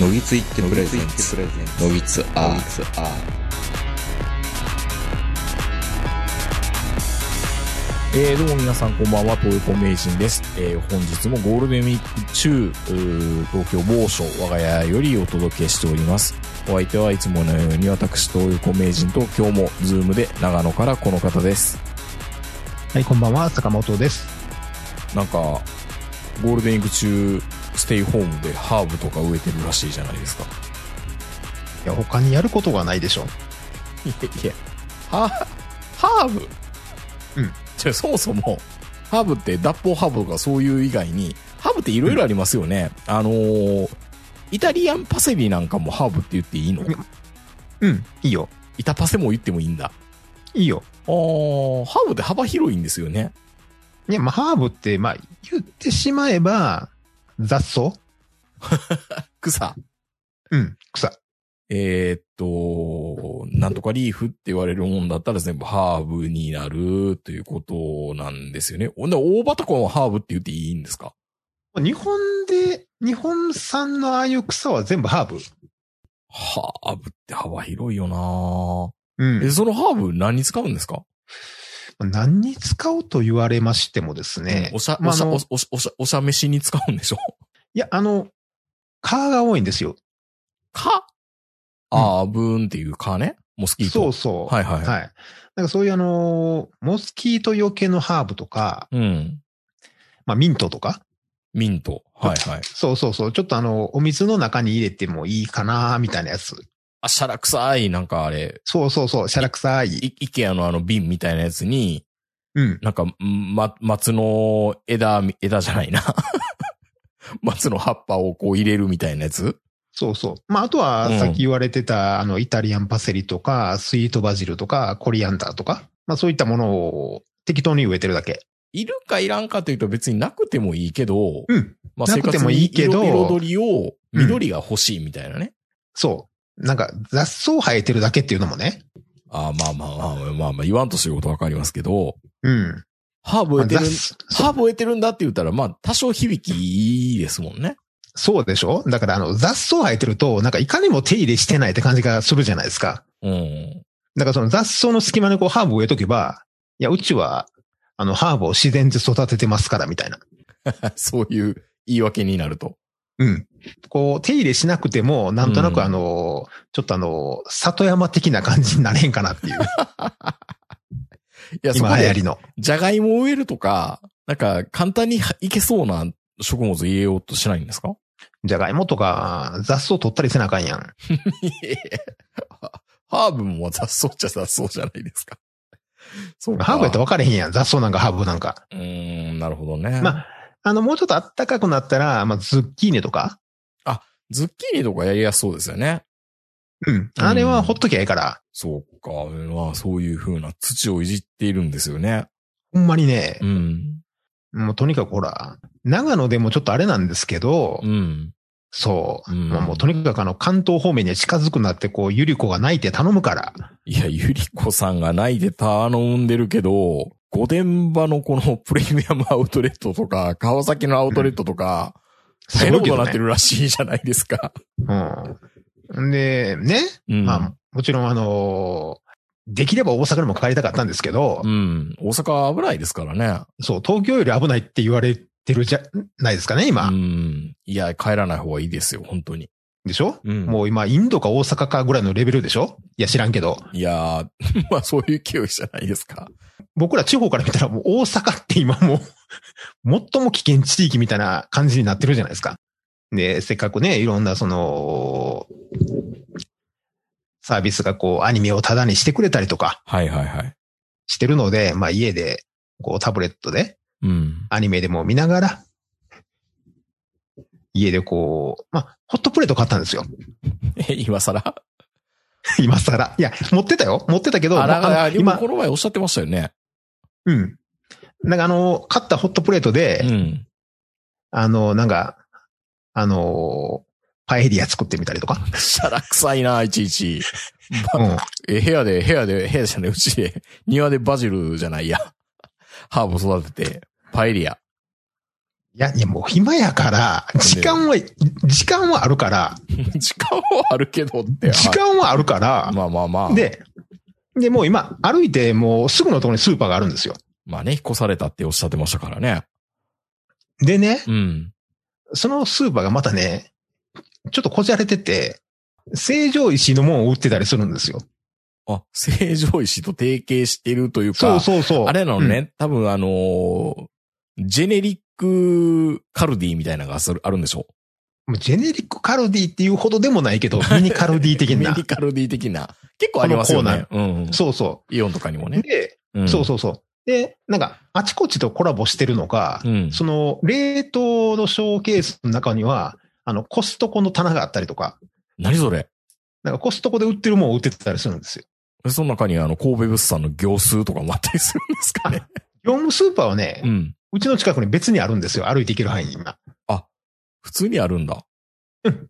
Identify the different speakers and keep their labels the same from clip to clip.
Speaker 1: のぎついってプレゼンツのぎつアーツア
Speaker 2: えーどうも皆さんこんばんは、東横名人です。えー本日もゴールデンウィーク中、うー東京某所、我が家よりお届けしております。お相手はいつものように私、東横名人と今日もズームで長野からこの方です。
Speaker 3: はい、こんばんは、坂本です。
Speaker 2: なんか、ゴールデンウィーク中、ステイホームでハーブとか植えてるらしいじゃないですか。
Speaker 3: いや、他にやることがないでしょ。
Speaker 2: いやいや、は、ハーブ
Speaker 3: うん。
Speaker 2: じゃあそもそも、ハーブって脱法ハーブとかそういう以外に、ハーブっていろいろありますよね。あのーイタリアンパセリなんかもハーブって言っていいの
Speaker 3: うんうん、いいよ。
Speaker 2: イタパセも言ってもいいんだ。
Speaker 3: いいよ。
Speaker 2: あーハーブって幅広いんですよね。
Speaker 3: いや、まあ、ハーブって、まあ、言ってしまえば、雑草
Speaker 2: 草。
Speaker 3: うん、草。
Speaker 2: えーっと、なんとかリーフって言われるもんだったら全部ハーブになるということなんですよね。ほんで、大葉とかもハーブって言っていいんですか
Speaker 3: 日本で、日本産のああいう草は全部ハーブ。
Speaker 2: ハーブって幅広いよな
Speaker 3: うん
Speaker 2: え、。そのハーブ何に使うんですか
Speaker 3: まあ何に使おうと言われましてもですね。
Speaker 2: おしゃ、
Speaker 3: ま
Speaker 2: お
Speaker 3: あ、あ
Speaker 2: しゃ、
Speaker 3: の
Speaker 2: お
Speaker 3: い
Speaker 2: しおしおしゃ、おしゃ飯に使う んでしょ
Speaker 3: や、あの、蚊が多いんですよ。
Speaker 2: かあー、ブーンっていうかねモスキー
Speaker 3: そ
Speaker 2: ト。
Speaker 3: うそう。
Speaker 2: はい
Speaker 3: は
Speaker 2: はい
Speaker 3: い。なんかそういうあの、モスキートよけのハーブとか、
Speaker 2: うん。
Speaker 3: まあ、ミントとか。
Speaker 2: ミント。はいはい。
Speaker 3: そうそうそう。ちょっとあの、お水の中に入れてもいいかな、みたいなやつ。
Speaker 2: あ、シャラ臭い、なんかあれ、
Speaker 3: そうそうそう、シャラ臭い。
Speaker 2: い、イケアのあの瓶みたいなやつに、
Speaker 3: うん。
Speaker 2: なんか、んま、松の枝、枝じゃないな。 松の葉っぱをこう入れるみたいなやつ
Speaker 3: そうそう。まあ、あとは
Speaker 2: うん、
Speaker 3: さっき言われてた、あの、イタリアンパセリとか、スイートバジルとか、コリアンダーとか、まあ、そういったものを適当に植えてるだけ。
Speaker 2: いるかいらんかというと別になくてもいいけど、
Speaker 3: うん。
Speaker 2: まあ
Speaker 3: な
Speaker 2: 生
Speaker 3: くて
Speaker 2: 活
Speaker 3: も
Speaker 2: に
Speaker 3: いいけど
Speaker 2: 彩彩りを、緑が欲しいみたいなね。
Speaker 3: そう。なんか、雑草生えてるだけっていうのもね。
Speaker 2: ああまあまあまあまあまあまあ言わんとすることわかりますけど、
Speaker 3: うん。
Speaker 2: ハーブ
Speaker 3: まあ
Speaker 2: 植えてる
Speaker 3: 雑、草
Speaker 2: ハーブ植えてるんだって言ったら、まあ多少響きいいですもんね。
Speaker 3: そうでしょだから、あの、雑草生えてると、なんか、いかにも手入れしてないって感じがするじゃないですか。
Speaker 2: うん。
Speaker 3: だから、その雑草の隙間にこう、ハーブ植えとけば、いや、うちは、あの、ハーブを自然で育ててますから、みたいな。
Speaker 2: そういう言い訳になると。
Speaker 3: うん。こう、手入れしなくても、なんとな
Speaker 2: うん
Speaker 3: くあの、ちょっとあの、里山的な感じになれへんかな っていう、
Speaker 2: いや、そこ
Speaker 3: 今流行
Speaker 2: で、
Speaker 3: りの。
Speaker 2: じゃがいもを植えるとか、なんか簡単にいけそうな食物入れようとしないんで すか
Speaker 3: じゃがいもとか、雑草取ったりせなあかんやん。
Speaker 2: いえいえハーブも雑草っちゃ雑草じゃないですか。そうか。
Speaker 3: ハーブやったら分かれへんやん。雑草なんかハーブなんか。
Speaker 2: うーん、なるほどね。
Speaker 3: まああの、もうちょっとあったかくなったら、まあ、ズッキーニとか。
Speaker 2: ズッキーニとかやりやすそうですよね。
Speaker 3: うん。あれはほっときゃええから、
Speaker 2: そうか。まあ、そういう風な土をいじっているんですよね。
Speaker 3: ほんまにね
Speaker 2: う、ん。
Speaker 3: もうとにかくほら、長野でもちょっとあれなんですけど、
Speaker 2: うん。
Speaker 3: そう。
Speaker 2: うん
Speaker 3: まあもうとにかくあの、関東方面には近づくなって、こう、ゆり子が泣いて頼むから。
Speaker 2: いや、ゆりこさんがないで頼んでるけど、御殿場のこのプレミアムアウトレットとか、川崎のアウトレットとか、大変なことになってるらしいじゃないですか。
Speaker 3: うん。で、ね、
Speaker 2: うん。
Speaker 3: まあ、もちろんあのーできれば大阪にも帰りたかったんですけど、
Speaker 2: うん。大阪は危ないですからね。
Speaker 3: そう、東京より危ないって言われてるじゃないですかね、今。
Speaker 2: うん。いや、帰らない方がいいですよ、本当に。
Speaker 3: でしょ、
Speaker 2: うん。
Speaker 3: もう今、インドか大阪かぐらいのレベルでしょいや、知らんけど。
Speaker 2: いやー、 まあ、そういう勢いじゃないですか。
Speaker 3: 僕ら地方から見たらもう大阪って今もう、 最も危険地域みたいな感じになってるじゃないですか。で、せっかくね、いろんなその、サービスがこう、アニメをタダにしてくれたりとか
Speaker 2: はいはいはい。
Speaker 3: してるので、まあ家で、こう、タブレットで
Speaker 2: うん。
Speaker 3: アニメでも見ながら、家でこう、まあ、ホットプレート買ったんですよ。
Speaker 2: え、今更
Speaker 3: 今更。いや、持ってたよ。持ってたけど、
Speaker 2: あら
Speaker 3: まああの
Speaker 2: ら、でも
Speaker 3: 今
Speaker 2: こ、の前おっしゃってましたよね。
Speaker 3: うん。なんかあの、買ったホットプレートで、
Speaker 2: うん。
Speaker 3: あの、なんか、あの、パエリア作ってみたりとか。
Speaker 2: しゃらくさいな、いちい ち。
Speaker 3: う
Speaker 2: ば
Speaker 3: ん。
Speaker 2: え、部屋で、部屋で、部屋じゃないうちで、 庭でバジルじゃないや。ハーブ育てて、パエリア。
Speaker 3: いや、いや、もう暇やから、時間は、時間はあるから、
Speaker 2: 時間はあるけどって。
Speaker 3: 時間はあるから
Speaker 2: はい、まあまあまあ。
Speaker 3: で、で、もう今、歩いてもうすぐのところにスーパーがあるんですよ。
Speaker 2: まあね、引っ越されたっておっしゃってましたからね。
Speaker 3: でね、
Speaker 2: うん。
Speaker 3: そのスーパーがまたね、ちょっとこじゃれてて、成城石井のもんを売ってたりするんですよ。
Speaker 2: あ、成城石井と提携してるというか、
Speaker 3: そうそうそう。
Speaker 2: あれなのね、
Speaker 3: うん。
Speaker 2: 多分あのージェネリックカルディみたいなのがするあるんでしょ
Speaker 3: もうジェネリックカルディっていうほどでもないけど、ミニカルディ的
Speaker 2: ミ
Speaker 3: な
Speaker 2: ニ。カルディ的な。結構ありますよね。うんうん、
Speaker 3: そうそ
Speaker 2: イオンとかにも
Speaker 3: う。
Speaker 2: ね。
Speaker 3: で、
Speaker 2: うん、
Speaker 3: そうそうそう。で、なんか、あちこちとコラボしてるのが、
Speaker 2: うん。
Speaker 3: その、冷凍のショーケースの中には、あの、コストコの棚があったりとか、
Speaker 2: 何それ
Speaker 3: なんかコストコで売ってるもんを売ってたりするんですよ。
Speaker 2: その中にあの、神戸物産の業数とかもあったりするんですかね。
Speaker 3: 業務スーパーはね、
Speaker 2: う。
Speaker 3: うんちの近くに別にあるんですよ。歩いていける範囲に今。
Speaker 2: 普通にあるんだ。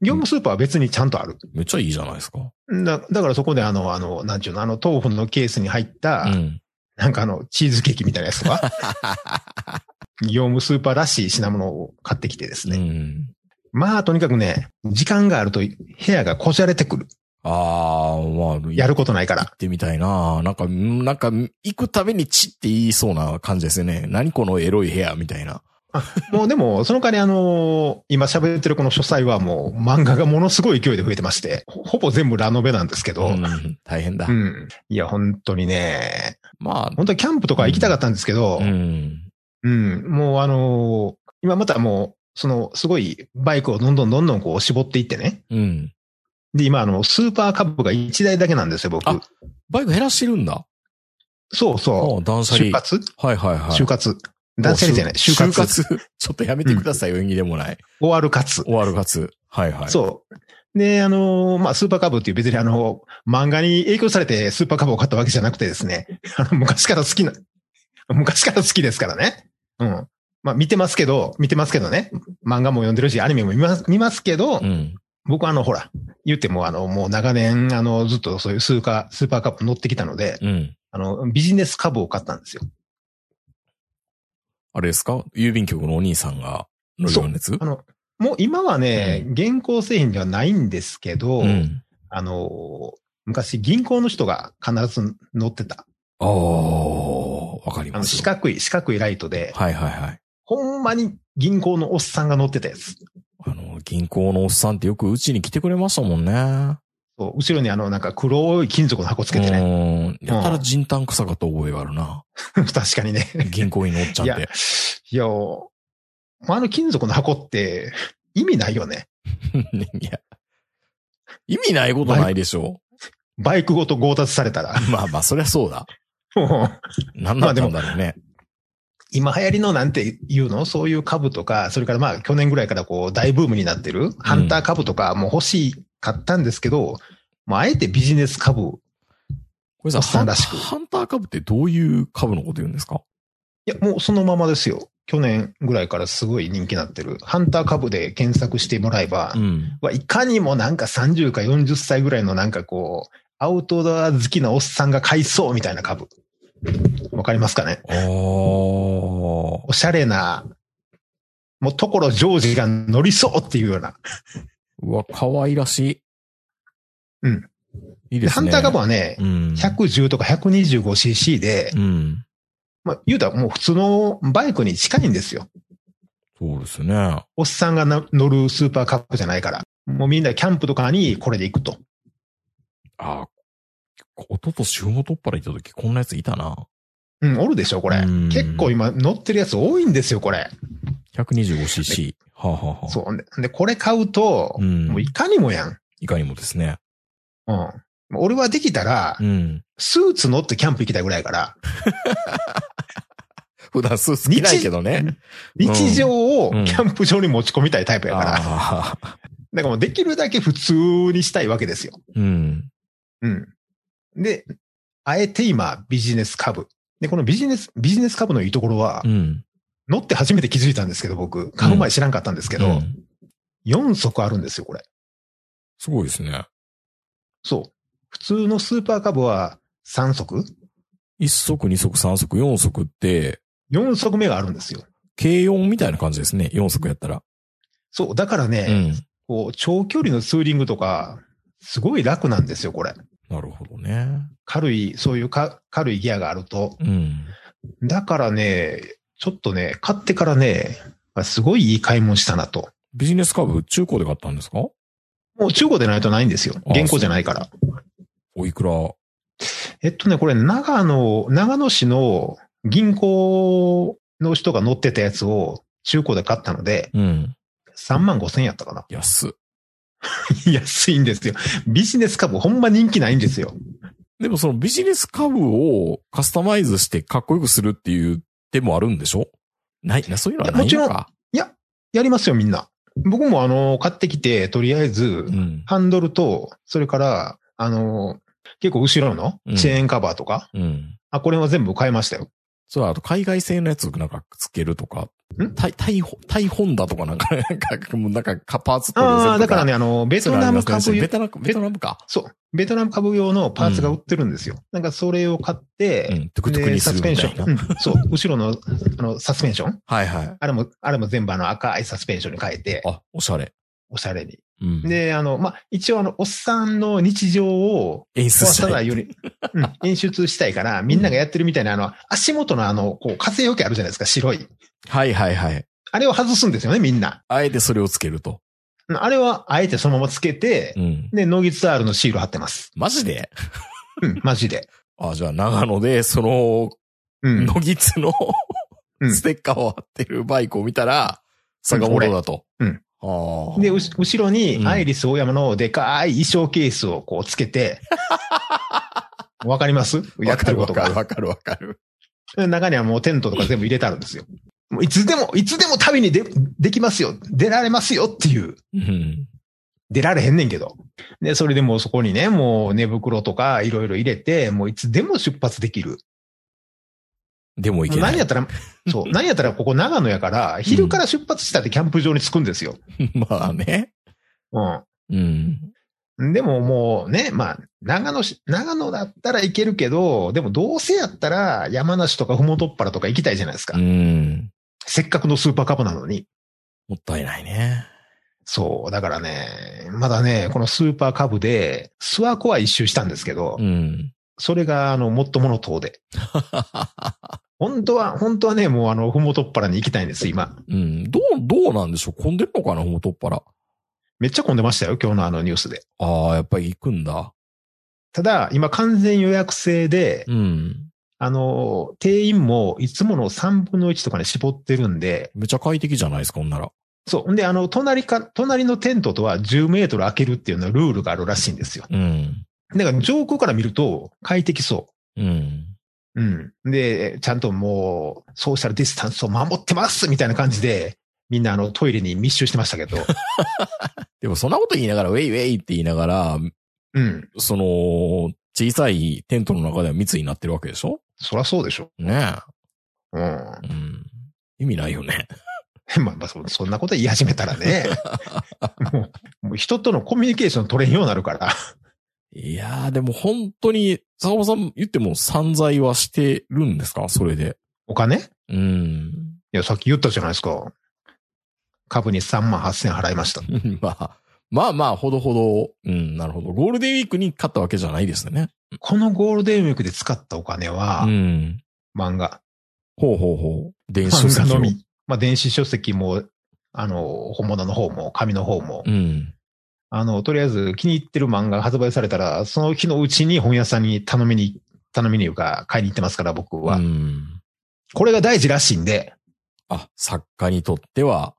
Speaker 3: 業務スーパーは別にちゃんとある。
Speaker 2: めっちゃいいじゃないですか。
Speaker 3: だだからそこであの、あの、なんちゅうの、あの、豆腐のケースに入った、
Speaker 2: うん。
Speaker 3: なんかあの、チーズケーキみたいなやつと か、業務スーパーらしい品物を買ってきてです
Speaker 2: う
Speaker 3: ね。
Speaker 2: ん。
Speaker 3: まあ、とにかくね、時間があると部屋がこじゃれてくる。
Speaker 2: ああ、まあ、
Speaker 3: やることないか
Speaker 2: 行
Speaker 3: ら。
Speaker 2: ってみたいななんか、んなんか、行くたびにチって言いそうな感じですよね。何このエロい部屋みたいな。
Speaker 3: もうでも、その代わりあの、今喋ってるこの書斎はもう漫画がものすごい勢いで増えてまして、ほほぼ全部ラノベなんですけど、
Speaker 2: うん大変だ
Speaker 3: う。ん。いや、本当にね、
Speaker 2: まあ、
Speaker 3: 本当はキャンプとか行きたかったんですけど、
Speaker 2: う
Speaker 3: うん、
Speaker 2: ん。
Speaker 3: もうあのー今またもう、その、すごいバイクをどんどんどんどんこう絞っていってね。
Speaker 2: うん。
Speaker 3: で、今あの、スーパーカブが1台だけなんですよ、僕。
Speaker 2: あバイク減らしてるんだ。
Speaker 3: そうそ
Speaker 2: ああ断
Speaker 3: う。
Speaker 2: 捨
Speaker 3: 就
Speaker 2: 離。
Speaker 3: 活
Speaker 2: はいはいはい。
Speaker 3: 就活。男性じゃない。就活。
Speaker 2: 就活。 ちょっとやめてください、演技でもない。
Speaker 3: 終わる活。
Speaker 2: 終わる活。はいはい。
Speaker 3: そう。で、あのーまあ、スーパーカブっていう別にあの、漫画に影響されてスーパーカブを買ったわけじゃなくてです ね、あの、昔から好きな、昔から好きですからね。うん。まあ、見てますけど、見てますけどね。漫画も読んでるし、アニメも見ます見ますけど、
Speaker 2: うん。
Speaker 3: 僕はあの、ほら、言ってもあの、もう長年、あの、ずっとそういうスーパー、スーパーカブ乗ってきたので、
Speaker 2: うん。
Speaker 3: あの、ビジネスカブを買ったんですよ。
Speaker 2: あれですか郵便局のお兄さんが乗るようなやつ
Speaker 3: あの、もう今はね、
Speaker 2: う
Speaker 3: 現行製品ではないんですけど、
Speaker 2: うん。
Speaker 3: あの、昔銀行の人が必ず乗ってた。
Speaker 2: ああ、わかり
Speaker 3: あ
Speaker 2: ま
Speaker 3: の、
Speaker 2: すよ。
Speaker 3: 四角い、四角いライトで、
Speaker 2: はいはいはい。
Speaker 3: ほんまに銀行のおっさんが乗ってたやつ。
Speaker 2: あの、銀行のおっさんってよくうちに来てくれましたもんね。
Speaker 3: そう後ろにあの、なんか黒い金属の箱つけてね。
Speaker 2: うん。やたら人炭臭かった覚えがあ るな。
Speaker 3: 確かにね。
Speaker 2: 銀行員のおっちゃ
Speaker 3: い
Speaker 2: んっ
Speaker 3: や、
Speaker 2: て。
Speaker 3: いや、あの金属の箱って意味ないよね。
Speaker 2: いや。意味ないことないでしょ
Speaker 3: バイクごと強奪されたら。
Speaker 2: まあまあ、そりゃそうだ。
Speaker 3: もう
Speaker 2: なんだったんだろうね。
Speaker 3: 今流行りのなんていうのそういう株とか、それからまあ去年ぐらいからこう大ブームになってるハンター株とかもう欲しかったんですけど、もうあえてビジネス株。
Speaker 2: これ
Speaker 3: お
Speaker 2: さ、
Speaker 3: っさ
Speaker 2: ハ
Speaker 3: ん
Speaker 2: ンタ
Speaker 3: らしく
Speaker 2: ーハンター株ってどういう株のこと言うんですか
Speaker 3: いや、もうそのままですよ。去年ぐらいからすごい人気になってる。ハンター株で検索してもらえば、
Speaker 2: うん。
Speaker 3: はいかにもなんか30か40歳ぐらいのなんかこう、アウトドア好きなおっさんが買いそうみたいな株。わかりますかね
Speaker 2: ああ。
Speaker 3: おしゃれな、もうところジョージが乗りそうっていうような。
Speaker 2: うわ、可愛らしい。
Speaker 3: うん。
Speaker 2: いい
Speaker 3: で
Speaker 2: ですね。
Speaker 3: ハンター株はね、
Speaker 2: うん。
Speaker 3: 110とか 125cc で、
Speaker 2: うん。
Speaker 3: まあ、言うたらもう普通のバイクに近いんですよ。
Speaker 2: そうですね。
Speaker 3: おっさんがな乗るスーパーカップじゃないから。もうみんなキャンプとかにこれで行くと。
Speaker 2: ああ。おととし、ふもとっぱら行った時、こんなやついたな。
Speaker 3: うん、おるでしょ、これ。
Speaker 2: うん
Speaker 3: 結構今乗ってるやつ多いんですよ、これ。
Speaker 2: 125cc。はあ、はあはあ、
Speaker 3: そう。でで、これ買うと
Speaker 2: う、ん
Speaker 3: もう。いかにもやん。
Speaker 2: いかにもですね。
Speaker 3: うん。俺はできたら
Speaker 2: う、ん。
Speaker 3: スーツ乗ってキャンプ行きたいぐらいやから、
Speaker 2: 普段スーツ着ないけどね。
Speaker 3: 日常を
Speaker 2: うん
Speaker 3: キャンプ場に持ち込みたいタイプやから、だか
Speaker 2: ああ。
Speaker 3: らもうできるだけ普通にしたいわけですよ。
Speaker 2: うん。
Speaker 3: うん。で、あえて今、ビジネス株。で、このビジネス、ビジネス株のいいところは
Speaker 2: う、ん。
Speaker 3: 乗って初めて気づいたんですけど、僕、買う前知らんかったんですけど、
Speaker 2: うん
Speaker 3: 4足あるんですよ、これ。
Speaker 2: すごいですね。
Speaker 3: そう。普通のスーパー株は3足
Speaker 2: 一足、二足、三足、四足って、
Speaker 3: ?4 足目があるんですよ。
Speaker 2: 軽音みたいな感じですね。4足やったら。
Speaker 3: そう、だからね、
Speaker 2: うん。
Speaker 3: こう、長距離のツーリングとか、すごい楽なんですよ、これ。
Speaker 2: なるほどね。
Speaker 3: 軽い、そういうか軽いギアがあると。
Speaker 2: うん。
Speaker 3: だからね、ちょっとね、買ってからね、すごいいい買い物したなと。
Speaker 2: ビジネスカブ中古で買ったんですか
Speaker 3: もう中古でないとないんですよ。
Speaker 2: あ
Speaker 3: 現行じゃないから。
Speaker 2: おいくら
Speaker 3: えっとね、これ長野、長野市の銀行の人が乗ってたやつを中古で買ったので、
Speaker 2: うん。
Speaker 3: 3万5千円やったかな。
Speaker 2: 安っ。
Speaker 3: 安いんですよ。ビジネス株ほんま人気ないんですよ。
Speaker 2: でもそのビジネスカブをカスタマイズしてかっこよくするっていう手もあるんでしょないな、そういうのはない
Speaker 3: いや
Speaker 2: の
Speaker 3: も
Speaker 2: か。
Speaker 3: やりますよ、みんな。僕もあの、買ってきて、とりあえ
Speaker 2: う
Speaker 3: ず、
Speaker 2: ん。
Speaker 3: ハンドルと、それから、あの、結構後ろの
Speaker 2: うん
Speaker 3: チェーンカバーとか、
Speaker 2: うん。
Speaker 3: あ、これは全部買いましたよ。
Speaker 2: そう、あと海外製のやつなんかつけるとか。
Speaker 3: ん
Speaker 2: タイ、タイホ、タイホンダとかなんか、なんか、もうなんかカパーツっぽいやつと
Speaker 3: ああ、だからね、あの、ベト
Speaker 2: そういうのあ
Speaker 3: ナ
Speaker 2: りま
Speaker 3: ム
Speaker 2: す
Speaker 3: 株
Speaker 2: ね、ベ
Speaker 3: 用、
Speaker 2: トナム、ベトナムか。
Speaker 3: そう、ベトナム株用のパーツが売ってるんですよ。なんかそれを買っ
Speaker 2: う
Speaker 3: て、
Speaker 2: ん、トゥクトゥク
Speaker 3: で
Speaker 2: にす
Speaker 3: サ
Speaker 2: る
Speaker 3: ス
Speaker 2: み
Speaker 3: ペ
Speaker 2: た
Speaker 3: ンシ
Speaker 2: い
Speaker 3: ョ
Speaker 2: な。
Speaker 3: ン、うんそう、後ろの、あの、サスペンション
Speaker 2: はいはい。
Speaker 3: あれも、あれも全部あの赤いサスペンションに変えて、
Speaker 2: あ、おしゃれ。
Speaker 3: おしゃれに。
Speaker 2: うん。
Speaker 3: で、あの、まあ、一応あの、おっさんの日常を
Speaker 2: 演
Speaker 3: 壊
Speaker 2: 出し
Speaker 3: さ
Speaker 2: た
Speaker 3: ない
Speaker 2: い。
Speaker 3: ように、うん、演出したいから、みんながやってるみたいな、あの、足元のあの、こう、風よけあるじゃないですか、白い。
Speaker 2: はいはいはい。
Speaker 3: あれを外すんですよね、みんな。
Speaker 2: あえてそれをつけると。
Speaker 3: うんあれは、あえてそのままつけて
Speaker 2: う、ん。
Speaker 3: で、ノギツアールのシール貼ってます。
Speaker 2: マジで
Speaker 3: うん、マジで。
Speaker 2: あ、じゃあ長野で、その、
Speaker 3: うん。
Speaker 2: 野ギツの、
Speaker 3: うん
Speaker 2: ステッカーを貼ってるバイクを見たら、坂本だと。
Speaker 3: うん
Speaker 2: ああ。
Speaker 3: で、うし後ろ
Speaker 2: う
Speaker 3: に
Speaker 2: ん
Speaker 3: アイリス大山のでかい衣装ケースをこうつけ て、わかりますや
Speaker 2: わ
Speaker 3: って
Speaker 2: か
Speaker 3: る
Speaker 2: る
Speaker 3: こ
Speaker 2: わ
Speaker 3: と
Speaker 2: か
Speaker 3: が
Speaker 2: る。わかるわかる。
Speaker 3: 中にはもうテントとか全部入れてあるんですよ。もういつでも、いつでも旅にでできますよ。出られますよっていう。
Speaker 2: うん。
Speaker 3: 出られへんねんけど。で、それでもうそこにね、もう寝袋とかいろいろ入れて、もういつでも出発できる。
Speaker 2: でもい
Speaker 3: も
Speaker 2: け
Speaker 3: う
Speaker 2: ない。
Speaker 3: 何やった ら、そう、何やったらここ長野やから、昼から出発したってキャンプ場に着くんですよ。
Speaker 2: まあね。
Speaker 3: うん。
Speaker 2: うん。
Speaker 3: でももうね、まあ、長野し、長野だったらいけるけど、でもどうせやったら山梨とかふもとっぱらとか行きたいじゃないですか。
Speaker 2: うん。
Speaker 3: せっかくのスーパーカブなのに。
Speaker 2: もったいないね。
Speaker 3: そう、だからね、まだね、このスーパーカブで、諏訪湖は一周したんですけど、
Speaker 2: うん。
Speaker 3: それがあの、もっともの島 で。本当は、本当はね、もうあの、ふもとっぱらに行きたいんです、今。
Speaker 2: うん。どう、どうなんでしょう混んでるのかなほんとっぱら。
Speaker 3: めっちゃ混んでましたよ、今日のあのニュースで。
Speaker 2: ああ、やっぱり行くんだ。
Speaker 3: ただ、今完全予約制で、
Speaker 2: うん。
Speaker 3: あの、定員もいつもの3分の1とかに絞ってるんで、
Speaker 2: めちゃ快適じゃないですか、ほんなら。
Speaker 3: そう。ほんで、あの、隣か、隣のテントとは10メートル開けるっていうのはルールがあるらしいんですよ。
Speaker 2: うん。
Speaker 3: だから上空から見ると快適そう。
Speaker 2: うん。
Speaker 3: うん。で、ちゃんともう、ソーシャルディスタンスを守ってますみたいな感じで、みんなあのトイレに密集してましたけ ど。
Speaker 2: でもそんなこと言いながら、ウェイウェイって言いながら、
Speaker 3: うん。
Speaker 2: その、小さいテントの中では密になってるわけでしょ
Speaker 3: そらそうでしょ。
Speaker 2: ね
Speaker 3: うん。 ま
Speaker 2: え。うん。意味ないよね。
Speaker 3: あまあ、そそんなこと言い始めたら ね。もう、もう人とのコミュニケーション取れんようになるから。
Speaker 2: いやー、でも本当に、坂本さん言っても散財はしてるんですかそれで。
Speaker 3: お金い
Speaker 2: うん。
Speaker 3: や、さっき言ったじゃないですか。株に3万8000払いました。
Speaker 2: まあ、まあまあ、ほどほど、うん、なるほど。ゴールデンウィークに買ったわけじゃないですね。
Speaker 3: このゴールデンウィークで使ったお金は、
Speaker 2: うん。
Speaker 3: 漫画。
Speaker 2: ほうほうほう。電子
Speaker 3: 漫
Speaker 2: 書
Speaker 3: 画
Speaker 2: 籍
Speaker 3: の
Speaker 2: を。
Speaker 3: み。まあ、電子書籍も、あの、本物の方も、紙の方も。
Speaker 2: うん。
Speaker 3: あの、とりあえず気に入ってる漫画が発売されたら、その日のうちに本屋さんに頼みに、頼みにいうか、買いに行ってますから、僕は。
Speaker 2: うん。
Speaker 3: これが大事らしいんで、
Speaker 2: あ、作家にとっては、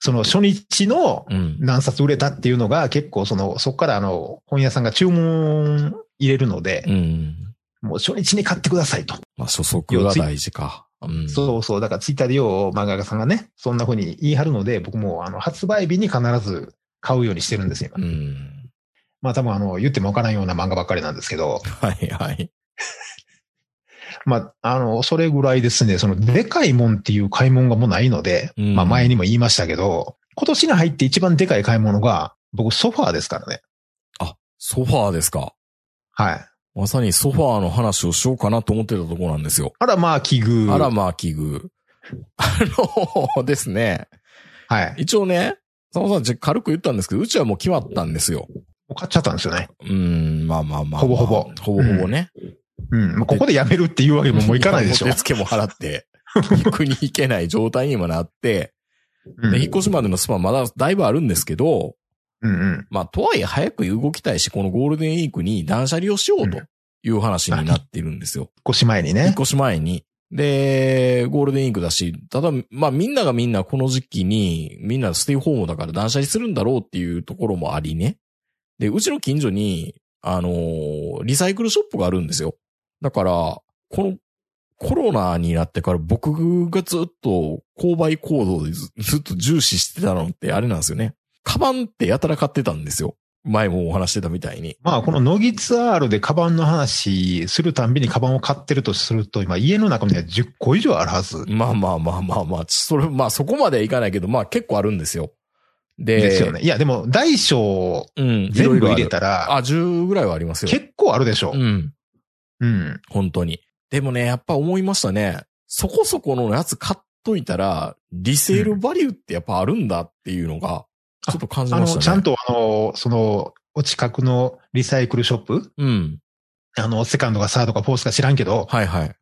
Speaker 3: その初日の
Speaker 2: うん。
Speaker 3: 何冊売れたっていうのが結構その、そこからあの、本屋さんが注文入れるので
Speaker 2: う、ん。
Speaker 3: もう初日に買ってくださいと。
Speaker 2: まあ、初速が大事か。うん。
Speaker 3: そうそう。だからツイッターでよう漫画家さんがね、そんな風に言い張るので、僕もあの、発売日に必ず買うようにしてるんですよ、
Speaker 2: う
Speaker 3: 今。
Speaker 2: ん。
Speaker 3: まあ多分あの、言ってもわからんような漫画ばっかりなんですけど、
Speaker 2: はいはい。
Speaker 3: まあ、あの、それぐらいですね、その、でかいもんっていう買い物がもうないので、
Speaker 2: うん
Speaker 3: まあ前にも言いましたけど、今年に入って一番でかい買い物が、僕ソファーですからね。
Speaker 2: あ、ソファーですか。
Speaker 3: はい。
Speaker 2: まさにソファーの話をしようかなと思ってたところなんですよ。
Speaker 3: あらまあ、器具。
Speaker 2: あらまあ器具。あのですね、
Speaker 3: はい。
Speaker 2: 一応ね、佐野さんち軽く言ったんですけど、うちはもう決まったんですよ。
Speaker 3: もう買っちゃったんですよね。
Speaker 2: うーん、まあまあまあまあ、
Speaker 3: ほぼほぼ
Speaker 2: ほぼほぼね。
Speaker 3: うん。もうここでやめるっていうわけにももういかないでしょ
Speaker 2: 手。付けも払って、国に行けない状態にもなって、
Speaker 3: う
Speaker 2: で、引
Speaker 3: ん。
Speaker 2: っ越しまでのスパンまだだいぶあるんですけど、
Speaker 3: うんうん。
Speaker 2: まあ、とはいえ早く動きたいし、このゴールデンウィークに断捨離をしようという話になってるんですよ。
Speaker 3: 越し前に
Speaker 2: 引っ
Speaker 3: ね。
Speaker 2: 越し前に。で、ゴールデンウィークだし、ただ、まあみんながみんなこの時期に、みんなステイホームだから断捨離するんだろうっていうところもありね。で、うちの近所に、あのーリサイクルショップがあるんですよ。だから、このコロナになってから僕がずっと購買行動でずずっと重視してたのってあれなんですよね。カバンってやたら買ってたんですよ。前もお話してたみたいに。
Speaker 3: まあ、この乃木ツアールでカバンの話するたんびにカバンを買ってるとすると、今家の中には10個以上あるはず。
Speaker 2: まあまあまあまあまあ、それ、まあそこまではいかないけど、まあ結構あるんですよ。で、
Speaker 3: ですよね。いや、でも大小
Speaker 2: うん、
Speaker 3: 全
Speaker 2: いろ
Speaker 3: 部
Speaker 2: いろあ
Speaker 3: 入
Speaker 2: る
Speaker 3: れたら、
Speaker 2: あ、10ぐらいはありますよ。
Speaker 3: 結構あるでしょ
Speaker 2: う。ん、
Speaker 3: うん。
Speaker 2: 本当に。でもね、やっぱ思いましたね。そこそこのやつ買っといたら、リセールバリューってやっぱあるんだっていうのが、
Speaker 3: うん
Speaker 2: ちょっと感じ
Speaker 3: あの、
Speaker 2: ましたね。
Speaker 3: ちゃんとあの、その、お近くのリサイクルショップ
Speaker 2: うん。
Speaker 3: あの、セカンドかサードかフォースか知らんけど、
Speaker 2: はいはい。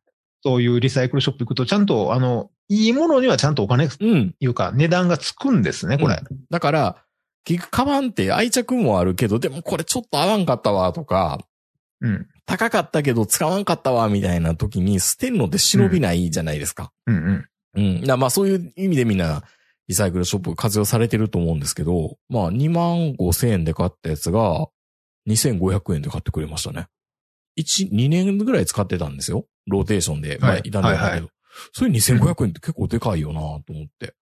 Speaker 3: そういうリサイクルショップ行くと、ちゃんと、あの、いいものにはちゃんとお金、
Speaker 2: うん。
Speaker 3: いうか、値段がつくんですね、これ。
Speaker 2: だから、結局カバンって愛着もあるけど、でもこれちょっと合わんかったわとか、
Speaker 3: うん。
Speaker 2: 高かったけど使わんかったわ、みたいな時に捨てるので忍びないじゃないですか。
Speaker 3: うんうん。
Speaker 2: うん。なまあそういう意味でみんな、リサイクルショップ活用されてると思うんですけど、まあ2万5千円で買ったやつが、2500円で買ってくれましたね。1、2年ぐらい使ってたんですよ。ローテーションで。まあ、
Speaker 3: はい
Speaker 2: いたんだけど。
Speaker 3: はいは
Speaker 2: そういう2500円って結構でかいよなと思って。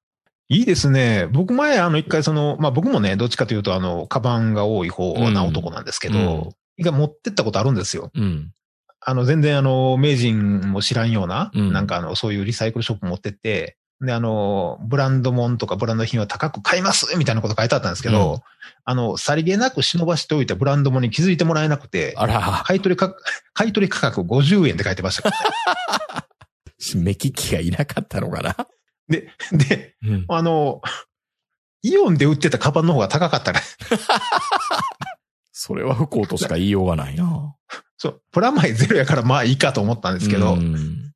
Speaker 3: いいですね。僕前、あの、一回その、まあ僕もね、どっちかというと、あの、カバンが多い方な男なんですけ
Speaker 2: うん
Speaker 3: ど、一回持ってったことあるんですよ。
Speaker 2: うん。
Speaker 3: あの、全然あの、名人も知らんような、
Speaker 2: うん
Speaker 3: なんかあの、そういうリサイクルショップ持ってって、で、あの、ブランドもんとかブランド品は高く買いますみたいなこと書いてあったんですけど、
Speaker 2: う
Speaker 3: あの、さりげなく忍ばしておいたブランドもんに気づいてもらえなくて、
Speaker 2: あら、
Speaker 3: 買い取り価格、買い取り価格50円って書いてましたか
Speaker 2: 目利きがいなかったのかな。
Speaker 3: ら。で、
Speaker 2: うん。
Speaker 3: あの、イオンで売ってたカバンの方が高かったね。
Speaker 2: それは不幸としか言いようがないな
Speaker 3: そう、プラマイゼロやからまあいいかと思ったんで
Speaker 2: です
Speaker 3: けど、
Speaker 2: うん。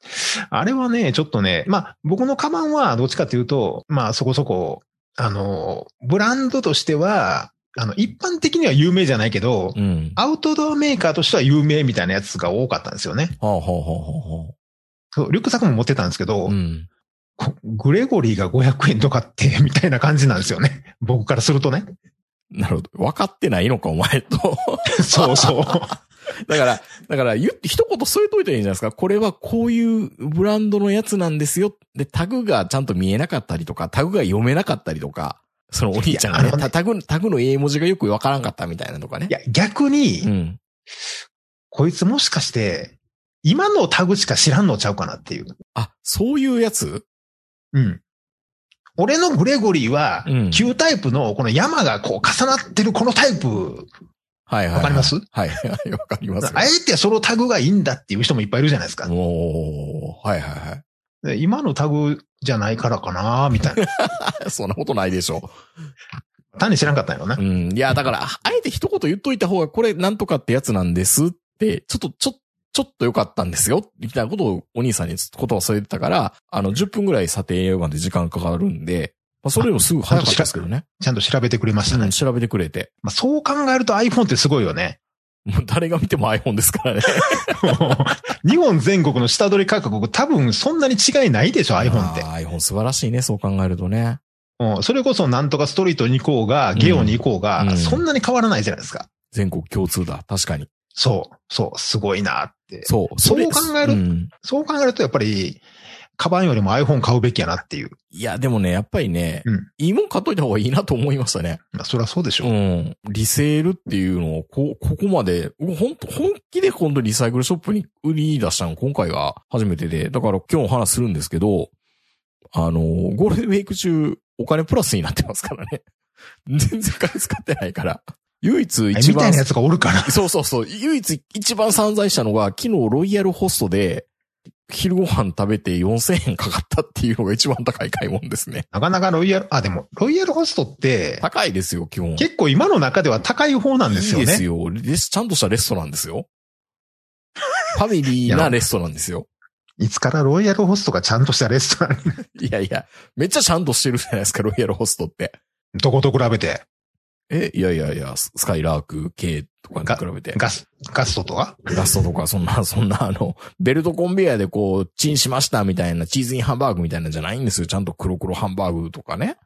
Speaker 3: あれはね、ちょっとね、まあ僕のカバンはどっちかというと、まあそこそこ、あの、ブランドとしては、あの、一般的には有名じゃないけど、
Speaker 2: うん。
Speaker 3: アウトドアメーカーとしては有名みたいなやつが多かったんですよね。
Speaker 2: はあ、はあはあは
Speaker 3: そうリュックサックも持ってたんですけ
Speaker 2: あ
Speaker 3: ど、
Speaker 2: はあ、うん。
Speaker 3: こグレゴリーが500円とかって、みたいな感じなんですよね。僕からすると ね。
Speaker 2: なるほど。分かってないのか、お前と。
Speaker 3: そうそう。
Speaker 2: だから、だから、言って、一言添えといたらいいんじゃないですか。これはこういうブランドのやつなんですよ。で、タグがちゃんと見えなかったりとか、タグが読めなかったりとか、そのお兄ちゃんが
Speaker 3: い
Speaker 2: ね、
Speaker 3: やあのね
Speaker 2: タタグ、タグの英文字がよくわからんかったみたいなとかね
Speaker 3: い。や、逆に、
Speaker 2: うん。
Speaker 3: こいつもしかして、今のタグしか知らんのちゃうかなっていう。
Speaker 2: あ、そういうやつ
Speaker 3: うん。俺のグレゴリーは
Speaker 2: うん、
Speaker 3: 旧タイプのこの山がこう重なってるこのタイプ、
Speaker 2: はいはい、はい。
Speaker 3: わかります
Speaker 2: はいはい、わかりますよ
Speaker 3: あ。えてそのタグがいいんだっていう人もいっぱいいるじゃないですか。
Speaker 2: おー、はいはいはい
Speaker 3: で今のタグじゃないからかなみた いな。
Speaker 2: あ。そんなことないでしょ。
Speaker 3: 単に知らんかったんやろな
Speaker 2: う。ん。いや、だから、ああえて一言言っといた方が、これなんとかってやつなんですって、ちょっと、ちょ、ちょっと良かったんですよ。みたいなことをお兄さんにことは添えてたから、あの、10分ぐらい査定映画まで時間かかるんで、まあ、それでもすぐ早かったですけどね。
Speaker 3: ちゃんと調べてくれました
Speaker 2: う
Speaker 3: ね
Speaker 2: ん、。調べてくれて。
Speaker 3: まあ、そう考えると iPhone ってすごいよね。
Speaker 2: もう誰が見ても iPhone で すからね。
Speaker 3: 日本全国の下取り価格、多分そんなに違いないでしょ、iPhone って。
Speaker 2: あー iPhone 素晴らしいね、そう考えるとね。
Speaker 3: うんそれこそなんとかストリートに行こうが、ゲオに行こうが、
Speaker 2: うん
Speaker 3: そんなに変わらないじゃないですか。
Speaker 2: 全国共通だ。確かに。
Speaker 3: そう、そう、すごいなって。
Speaker 2: そう。れ
Speaker 3: そう考える
Speaker 2: うん
Speaker 3: そう考えるとやっぱり、カバンよりも iPhone 買うべきやなっていう。
Speaker 2: いや、でもね、やっぱりね、
Speaker 3: うん
Speaker 2: いいもん買っといた方がいいなと思いましたね。
Speaker 3: まあ、そりゃそうでしょ。
Speaker 2: うん。リセールっていうのを、こ、ここまで、本当本気で今度リサイクルショップに売り出したの今回が初めてで、だから今日お話しするんですけど、あの、ゴールデンウィーク中、お金プラスになってますからね。 全然金使ってないから。唯一
Speaker 3: え
Speaker 2: 一
Speaker 3: みた
Speaker 2: 番
Speaker 3: いな、やつがおるから。
Speaker 2: そうそうそう、唯一一番散財したのが、昨日ロイヤルホストで、昼ご飯食べて4000円かかったっていうのが一番高い買い物ですね。
Speaker 3: なかなかロイヤル、あ、でも、ロイヤルホストって、
Speaker 2: 高いですよ、基本。
Speaker 3: 結構今の中では高い方なんですよ
Speaker 2: いいです
Speaker 3: ね。
Speaker 2: よ。レスちゃんとしたレストランです よ。ファミリーなレストランですよ。
Speaker 3: いつからロイヤルホストがちゃんとしたレストラン、
Speaker 2: いやいや、めっちゃちゃんとしてるじゃないですか、ロイヤルホストって。
Speaker 3: どこと比べて、
Speaker 2: え、いやいやいや、ススカイラーク系とかに比べて。
Speaker 3: ガス、ガストとは
Speaker 2: ガストとか、そん な、そんな、あの、ベルトコンベヤーでこう、チンしましたみたいな、チーズインハンバーグみたいなんじゃないんですよ。ちゃんと黒黒ハンバーグとかね。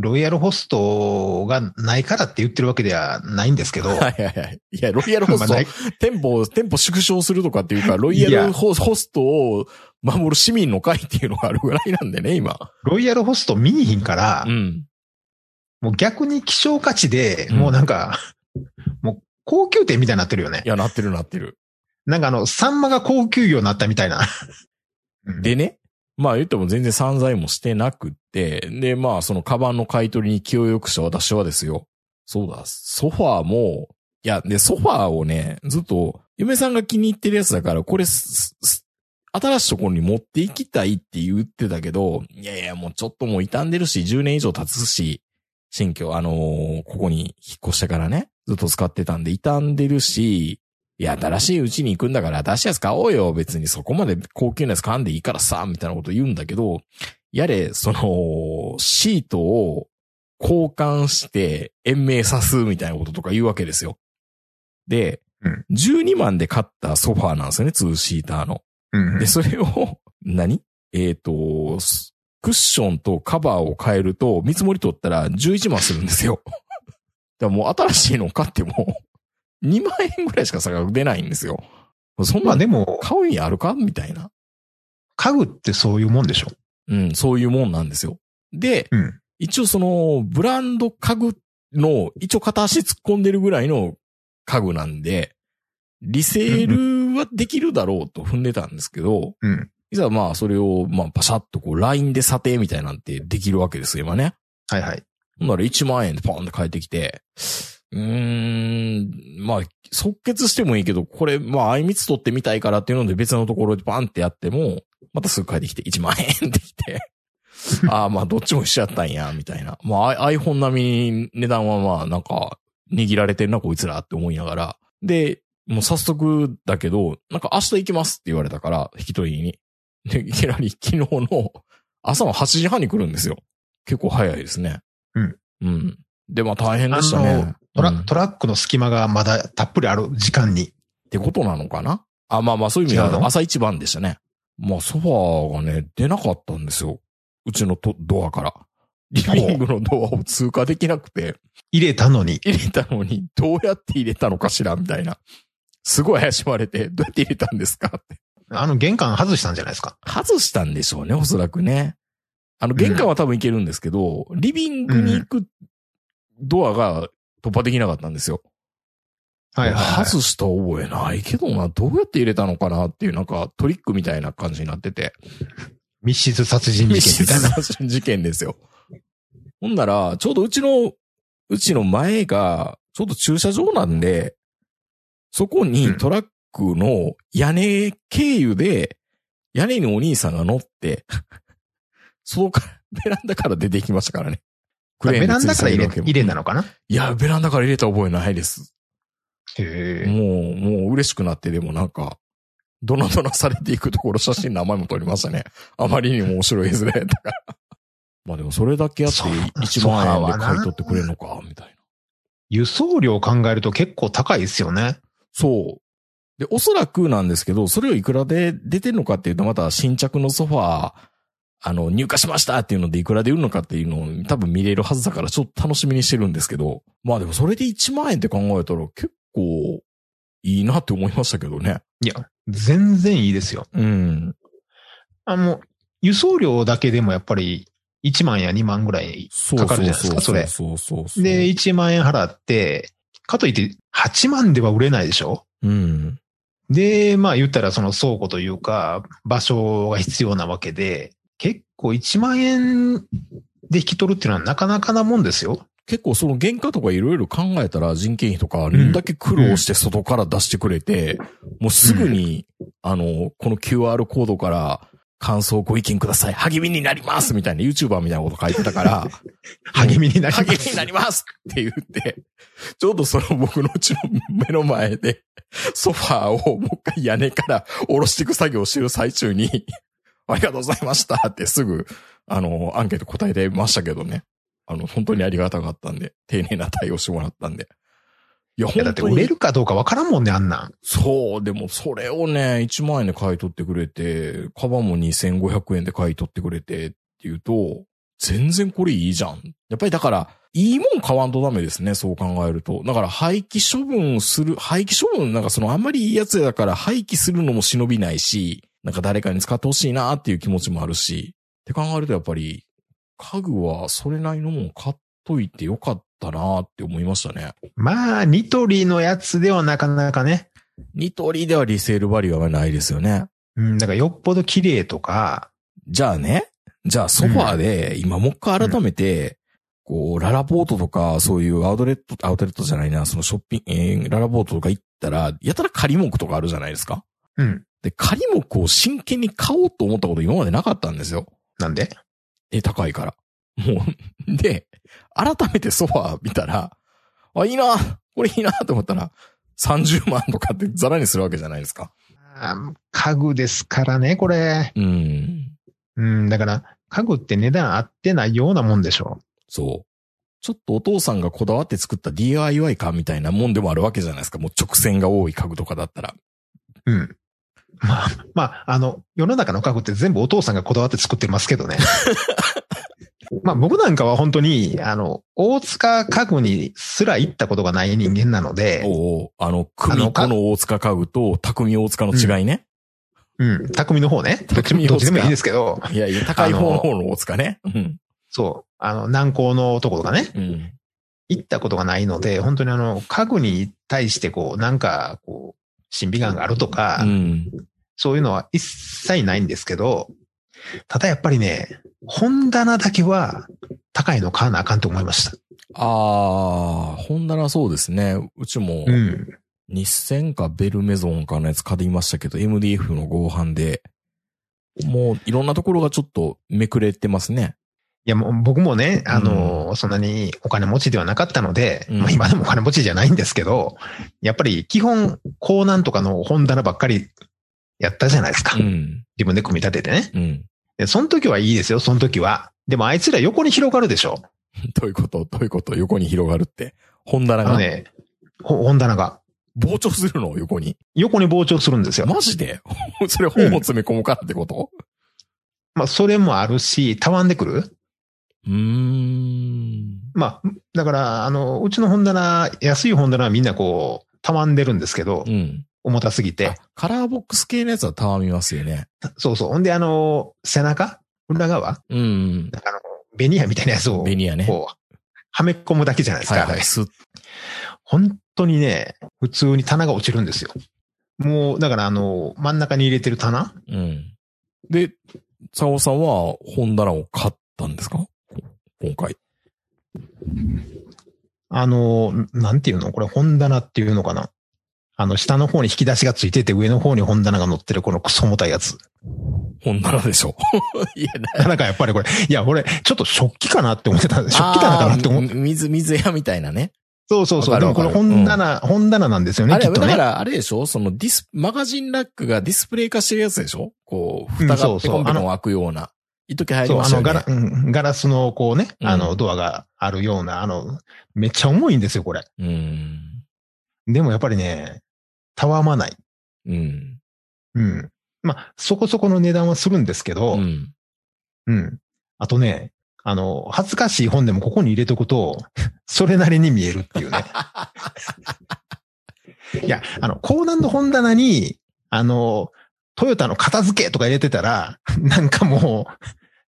Speaker 3: ロイヤルホストがないからって言ってるわけではないんですけど、
Speaker 2: はいはいはい。いや、ロイヤルホ
Speaker 3: ま
Speaker 2: ス
Speaker 3: あ
Speaker 2: ト
Speaker 3: な、い
Speaker 2: 店舗、店舗縮小するとかっていうか、ロイヤ
Speaker 3: いや
Speaker 2: ルホホストを守る市民の会っていうのがあるぐらいなんでね、今。
Speaker 3: ロイヤルホスト見にひんから
Speaker 2: う、ん。
Speaker 3: もう逆に希少価値で、
Speaker 2: うん
Speaker 3: もうなんか、 もう高級店みたいになってるよね
Speaker 2: い。や、なってるなってる。
Speaker 3: なんかあの、サンマが高級魚になったみたいな。 うん
Speaker 2: でね、まあ言っても全然散財もしてなくって、で、まあそのカバンの買い取りに気を良くした私はですよ。そうだ、ソファーも、いや、で、ソファーをね、ずっと、嫁さんが気に入ってるやつだから、これす、す新しいところに持っていきたいって言ってたけど、いやいや、もうちょっともう傷んでるし、10年以上経つし、新居、あのーここに引っ越してからね、ずっと使ってたんで傷んでるし、いや、新しいうちに行くんだから、新しいやつ買おうよ。別にそこまで高級なやつ買わんでいいからさ、みたいなこと言うんだけど、やれ、その、シートを交換して延命さすみたいなこととか言うわけですよ。で、
Speaker 3: うん
Speaker 2: 12万で買ったソファーなんですよね、ツーシーターの。
Speaker 3: うんうん
Speaker 2: で、それを、 何えっ、と、すクッションとカバーを変えると、見積もり取ったら11万するんですよ。だ からもう新しいのを買っても、2万円ぐらいしか差が出ないんですよ。そん
Speaker 3: ま
Speaker 2: な
Speaker 3: あ
Speaker 2: ん
Speaker 3: でも、
Speaker 2: 買う意味あるかみたいな。
Speaker 3: 家具ってそういうもんでしょ。
Speaker 2: うん、そういうもんなんですよ。で、
Speaker 3: うん。
Speaker 2: 一応その、ブランド家具の、一応片足突っ込んでるぐらいの家具なんで、リセールはできるだろうと踏んでたんですけど、
Speaker 3: うん。
Speaker 2: いざまあそれをまあパシャッとこうラインで査定みたいなんてできるわけですよ、今ね。
Speaker 3: はいはい。
Speaker 2: ほんなら1万円でポンって返ってきて、うーん、まあ即決してもいいけど、これまああいみつ取ってみたいからっていうので別のところでバンってやっても、またすぐ返ってきて1万円ってき て、ああまあどっちも一緒やったんや、みたいな。まああ iPhone 並みに値段はまあなんか握られてんなこいつらって思いながら。で、もう早速だけど、なんか明日行きますって言われたから、引き取りに。で、いきなり昨日の朝の8時半に来るんですよ。結構早いですね。
Speaker 3: うん。
Speaker 2: うん。で、まあ大変でした
Speaker 3: あ
Speaker 2: ね。
Speaker 3: トラ,、
Speaker 2: うんっ
Speaker 3: トラックの隙間がまだたっぷりある時間に。
Speaker 2: てことなのかなあ、まあまあそういう意味で
Speaker 3: 違う
Speaker 2: は
Speaker 3: の
Speaker 2: 朝一番でしたね。まあソファーがね、出なかったんですよ。うちのとドアから。リビングのドアを通過できなくて。
Speaker 3: 入れたのに。
Speaker 2: 入れたのに、どうやって入れたのかしらみたいな。すごい怪しまれて、どうやって入れたんですかって。
Speaker 3: あの玄関外したんじゃないですか。
Speaker 2: 外したんでしょうね、おそらくね。あの、玄関は多分行けるんですけど、リビングに行くドアが突破できなかったんですよ。
Speaker 3: はいはい、はい。
Speaker 2: 外した覚えないけどな、どうやって入れたのかなっていう、なんかトリックみたいな感じになってて。
Speaker 3: 密室殺人事件みたいな。
Speaker 2: 密室殺人 事件ですよ。ほんなら、ちょうどうちの、うちの前が、ちょうど駐車場なんで、そこ
Speaker 3: う
Speaker 2: に
Speaker 3: ん
Speaker 2: トラックの屋根経由で、屋根にお兄さんが乗って、 そこから、ベランダから出てきましたからね。クレー
Speaker 3: ベ
Speaker 2: ンで
Speaker 3: ラン
Speaker 2: 吊り
Speaker 3: ダ
Speaker 2: 下
Speaker 3: から入
Speaker 2: げる
Speaker 3: れ
Speaker 2: わけも
Speaker 3: 入れたのかない
Speaker 2: や、ベランダから入れた覚えないです。
Speaker 3: へえ。
Speaker 2: もう、もう嬉しくなって、でもなんか、ドナドナされていくところ写真名前も撮りましたね。あまりにも面白いですね。だから。まあでもそれだけやって
Speaker 3: そう
Speaker 2: 1万円で買い取ってくれるのか、みたいな。
Speaker 3: 輸送量を考えると結構高いですよね。
Speaker 2: そう。で、おそらくなんですけど、それをいくらで出てるのかっていうと、また新着のソファー、あの、入荷しましたっていうのでいくらで売るのかっていうのを多分見れるはずだからちょっと楽しみにしてるんですけど、まあでもそれで1万円って考えたら結構いいなって思いましたけどね。
Speaker 3: いや、全然いいですよ。
Speaker 2: うん。
Speaker 3: あの、輸送量だけでもやっぱり1万や2万ぐらい。
Speaker 2: そう
Speaker 3: かかるじゃないですかそれ
Speaker 2: そうそうそう。
Speaker 3: で、、1万円払って、かといって8万では売れないでしょ
Speaker 2: うん。
Speaker 3: で、まあ言ったらその倉庫というか、場所が必要なわけで、結構1万円で引き取るっていうのはなかなかなもんですよ。
Speaker 2: 結構その原価とかいろいろ考えたら人件費とか、あれだけ苦労して外から出してくれて、もうすぐにあの、この QR コードから感想ご意見ください。励みになりますみたいな YouTuber みたいなこと書いてたから、
Speaker 3: 励みになります。
Speaker 2: 励みになりますって言って、ちょうどその僕のうちの目の前で、ソファーをもう一回屋根から下ろしていく作業をしてる最中に、ありがとうございましたってすぐ、あの、アンケート答えてましたけどね。あの、本当にありがたかったんで、丁寧な対応してもらったんで。いや、
Speaker 3: いや、だ
Speaker 2: 本
Speaker 3: って
Speaker 2: 当
Speaker 3: 売
Speaker 2: に
Speaker 3: れ。るかどうかわからんもんね、あんなん。
Speaker 2: そう、でもそれをね、1万円で買い取ってくれて、カバンも2500円で買い取ってくれてっていうと、全然これいいじゃん。やっぱりだから、いいもん買わんとダメですね、そう考えると。だから廃棄処分する、廃棄処分なんかそのあんまりいいやつだから廃棄するのも忍びないし、なんか誰かに使ってほしいなっていう気持ちもあるし、って考えるとやっぱり、家具はそれなりのもん買っといてよかったなって思いましたね。
Speaker 3: まあ、ニトリのやつではなかなかね。
Speaker 2: ニトリではリセールバリューはないですよね。
Speaker 3: うん、だからよっぽど綺麗とか、
Speaker 2: じゃあね、じゃあソファーで、今もう一回改めて、こう、ララポートとか、そういうアウトレット、アウトレットじゃないな、そのショッピング、えーララポートとか行ったら、やたら仮目とかあるじゃないですか。
Speaker 3: うん。
Speaker 2: で、仮目を真剣に買おうと思ったこと今までなかったんですよ。
Speaker 3: なんで
Speaker 2: え、高いから。もう、で、改めてソファー見たら、あ、いいな、これいいなと思ったら、30万とかってザラにするわけじゃないですか。
Speaker 3: あー家具ですからね、これ。
Speaker 2: うん。
Speaker 3: うん、だから、家具って値段合ってないようなもんでしょ
Speaker 2: そう。ちょっとお父さんがこだわって作った DIY かみたいなもんでもあるわけじゃないですか。もう直線が多い家具とかだったら。
Speaker 3: う。うん。まあ、まあ、あの、世の中の家具って全部お父さんがこだわって作ってますけ どね。まあ僕なんかは本当に、あの、大塚家具にすら行ったことがない人間なので、
Speaker 2: おうおうあの、組子の大塚家具と匠大塚の違いね。
Speaker 3: うん、匠の方ね。どっちも
Speaker 2: 匠大塚
Speaker 3: どっちでもいいですけど、
Speaker 2: いや いや、高い方の方の大塚ね。うん。
Speaker 3: そう、あの、南高の男とかね、
Speaker 2: うん。
Speaker 3: 行ったことがないので、本当にあの、家具に対してこう、なんか、こう、審美眼があるとか、
Speaker 2: うん。
Speaker 3: そういうのは一切ないんですけど、ただやっぱりね、本棚だけは高いの買わなあかんと思いました。
Speaker 2: あー、本棚そうですね。うちも、
Speaker 3: うん。
Speaker 2: 日銭かベルメゾンかのやつ買っていましたけど、MDF の合板で、もういろんなところがちょっとめくれてますね。
Speaker 3: いや、もう僕もね、あの、そんなにお金持ちではなかったので、
Speaker 2: うん
Speaker 3: まあ今でもお金持ちじゃないんですけど、やっぱり基本、高南とかの本棚ばっかりやったじゃないですか。
Speaker 2: うん。
Speaker 3: 自分で組み立ててね。
Speaker 2: うん。
Speaker 3: で、その時はいいですよ、その時は。でもあいつら横に広がるでしょ。
Speaker 2: どういうことどういうこと横に広がるって。本棚
Speaker 3: あの
Speaker 2: が
Speaker 3: ね、ほ本棚が。
Speaker 2: 膨張するの横に。
Speaker 3: 横に膨張するんですよ。
Speaker 2: マジで それ本を詰め込むからってこと
Speaker 3: まあ、それもあるし、たわんでくる
Speaker 2: うーん。
Speaker 3: まあ、だから、あの、うちの本棚、安い本棚はみんなこう、たわんでるんですけど
Speaker 2: う、ん。
Speaker 3: 重たすぎて
Speaker 2: あ。カラーボックス系のやつはたわみますよね。
Speaker 3: そうそう。ほんで、あの、背中裏側
Speaker 2: うん。
Speaker 3: なんかあの、ベニヤみたいなやつを、
Speaker 2: ベニヤね。
Speaker 3: こう、はめ込むだけじゃないです
Speaker 2: はい
Speaker 3: か。
Speaker 2: はい。す
Speaker 3: 本当にね、普通に棚が落ちるんですよ。もう、だからあの、真ん中に入れてる棚
Speaker 2: うん。で、佐尾さんは本棚を買ったんですか今回。
Speaker 3: あの、なんていうのこれ本棚っていうのかなあの、下の方に引き出しがついてて、上の方に本棚が乗ってる、このクソ重たいやつ。
Speaker 2: 本棚でしょ。 いや、な
Speaker 3: なんかやっぱりこれ、いや、俺、ちょっと食器かなって思ってた。食器棚かなって思っ
Speaker 2: あ
Speaker 3: て
Speaker 2: ー水、水屋みたいなね。
Speaker 3: そうそうそ
Speaker 2: わ
Speaker 3: う。
Speaker 2: か
Speaker 3: で
Speaker 2: る
Speaker 3: もこれ
Speaker 2: わかる
Speaker 3: 本棚、本棚なんですよ
Speaker 2: あ
Speaker 3: ね、
Speaker 2: れ、
Speaker 3: きっと
Speaker 2: だか
Speaker 3: ね。
Speaker 2: ら、あれでしょそのディス、マガジンラックがディスプレイ化してるやつでしょこう、蓋
Speaker 3: うんそ
Speaker 2: が
Speaker 3: う
Speaker 2: ペ
Speaker 3: そう
Speaker 2: コンペコン開くような。一時入り
Speaker 3: そう、
Speaker 2: ま
Speaker 3: あ
Speaker 2: した
Speaker 3: の
Speaker 2: よ
Speaker 3: ガ
Speaker 2: ね。
Speaker 3: ラ、うんガラスのこうね、
Speaker 2: うん
Speaker 3: あの、ドアがあるような、あの、めっちゃ重いんですよ、これ。
Speaker 2: うん。
Speaker 3: でもやっぱりね、たわまない。
Speaker 2: うん。
Speaker 3: うん。まあ、そこそこの値段はするんですけど、
Speaker 2: う
Speaker 3: うん。
Speaker 2: ん。
Speaker 3: あとね、あの、恥ずかしい本でもここに入れとくと、それなりに見えるって いうね。いや、あの、高難の本棚に、あの、トヨタの片付けとか入れてたら、なんかも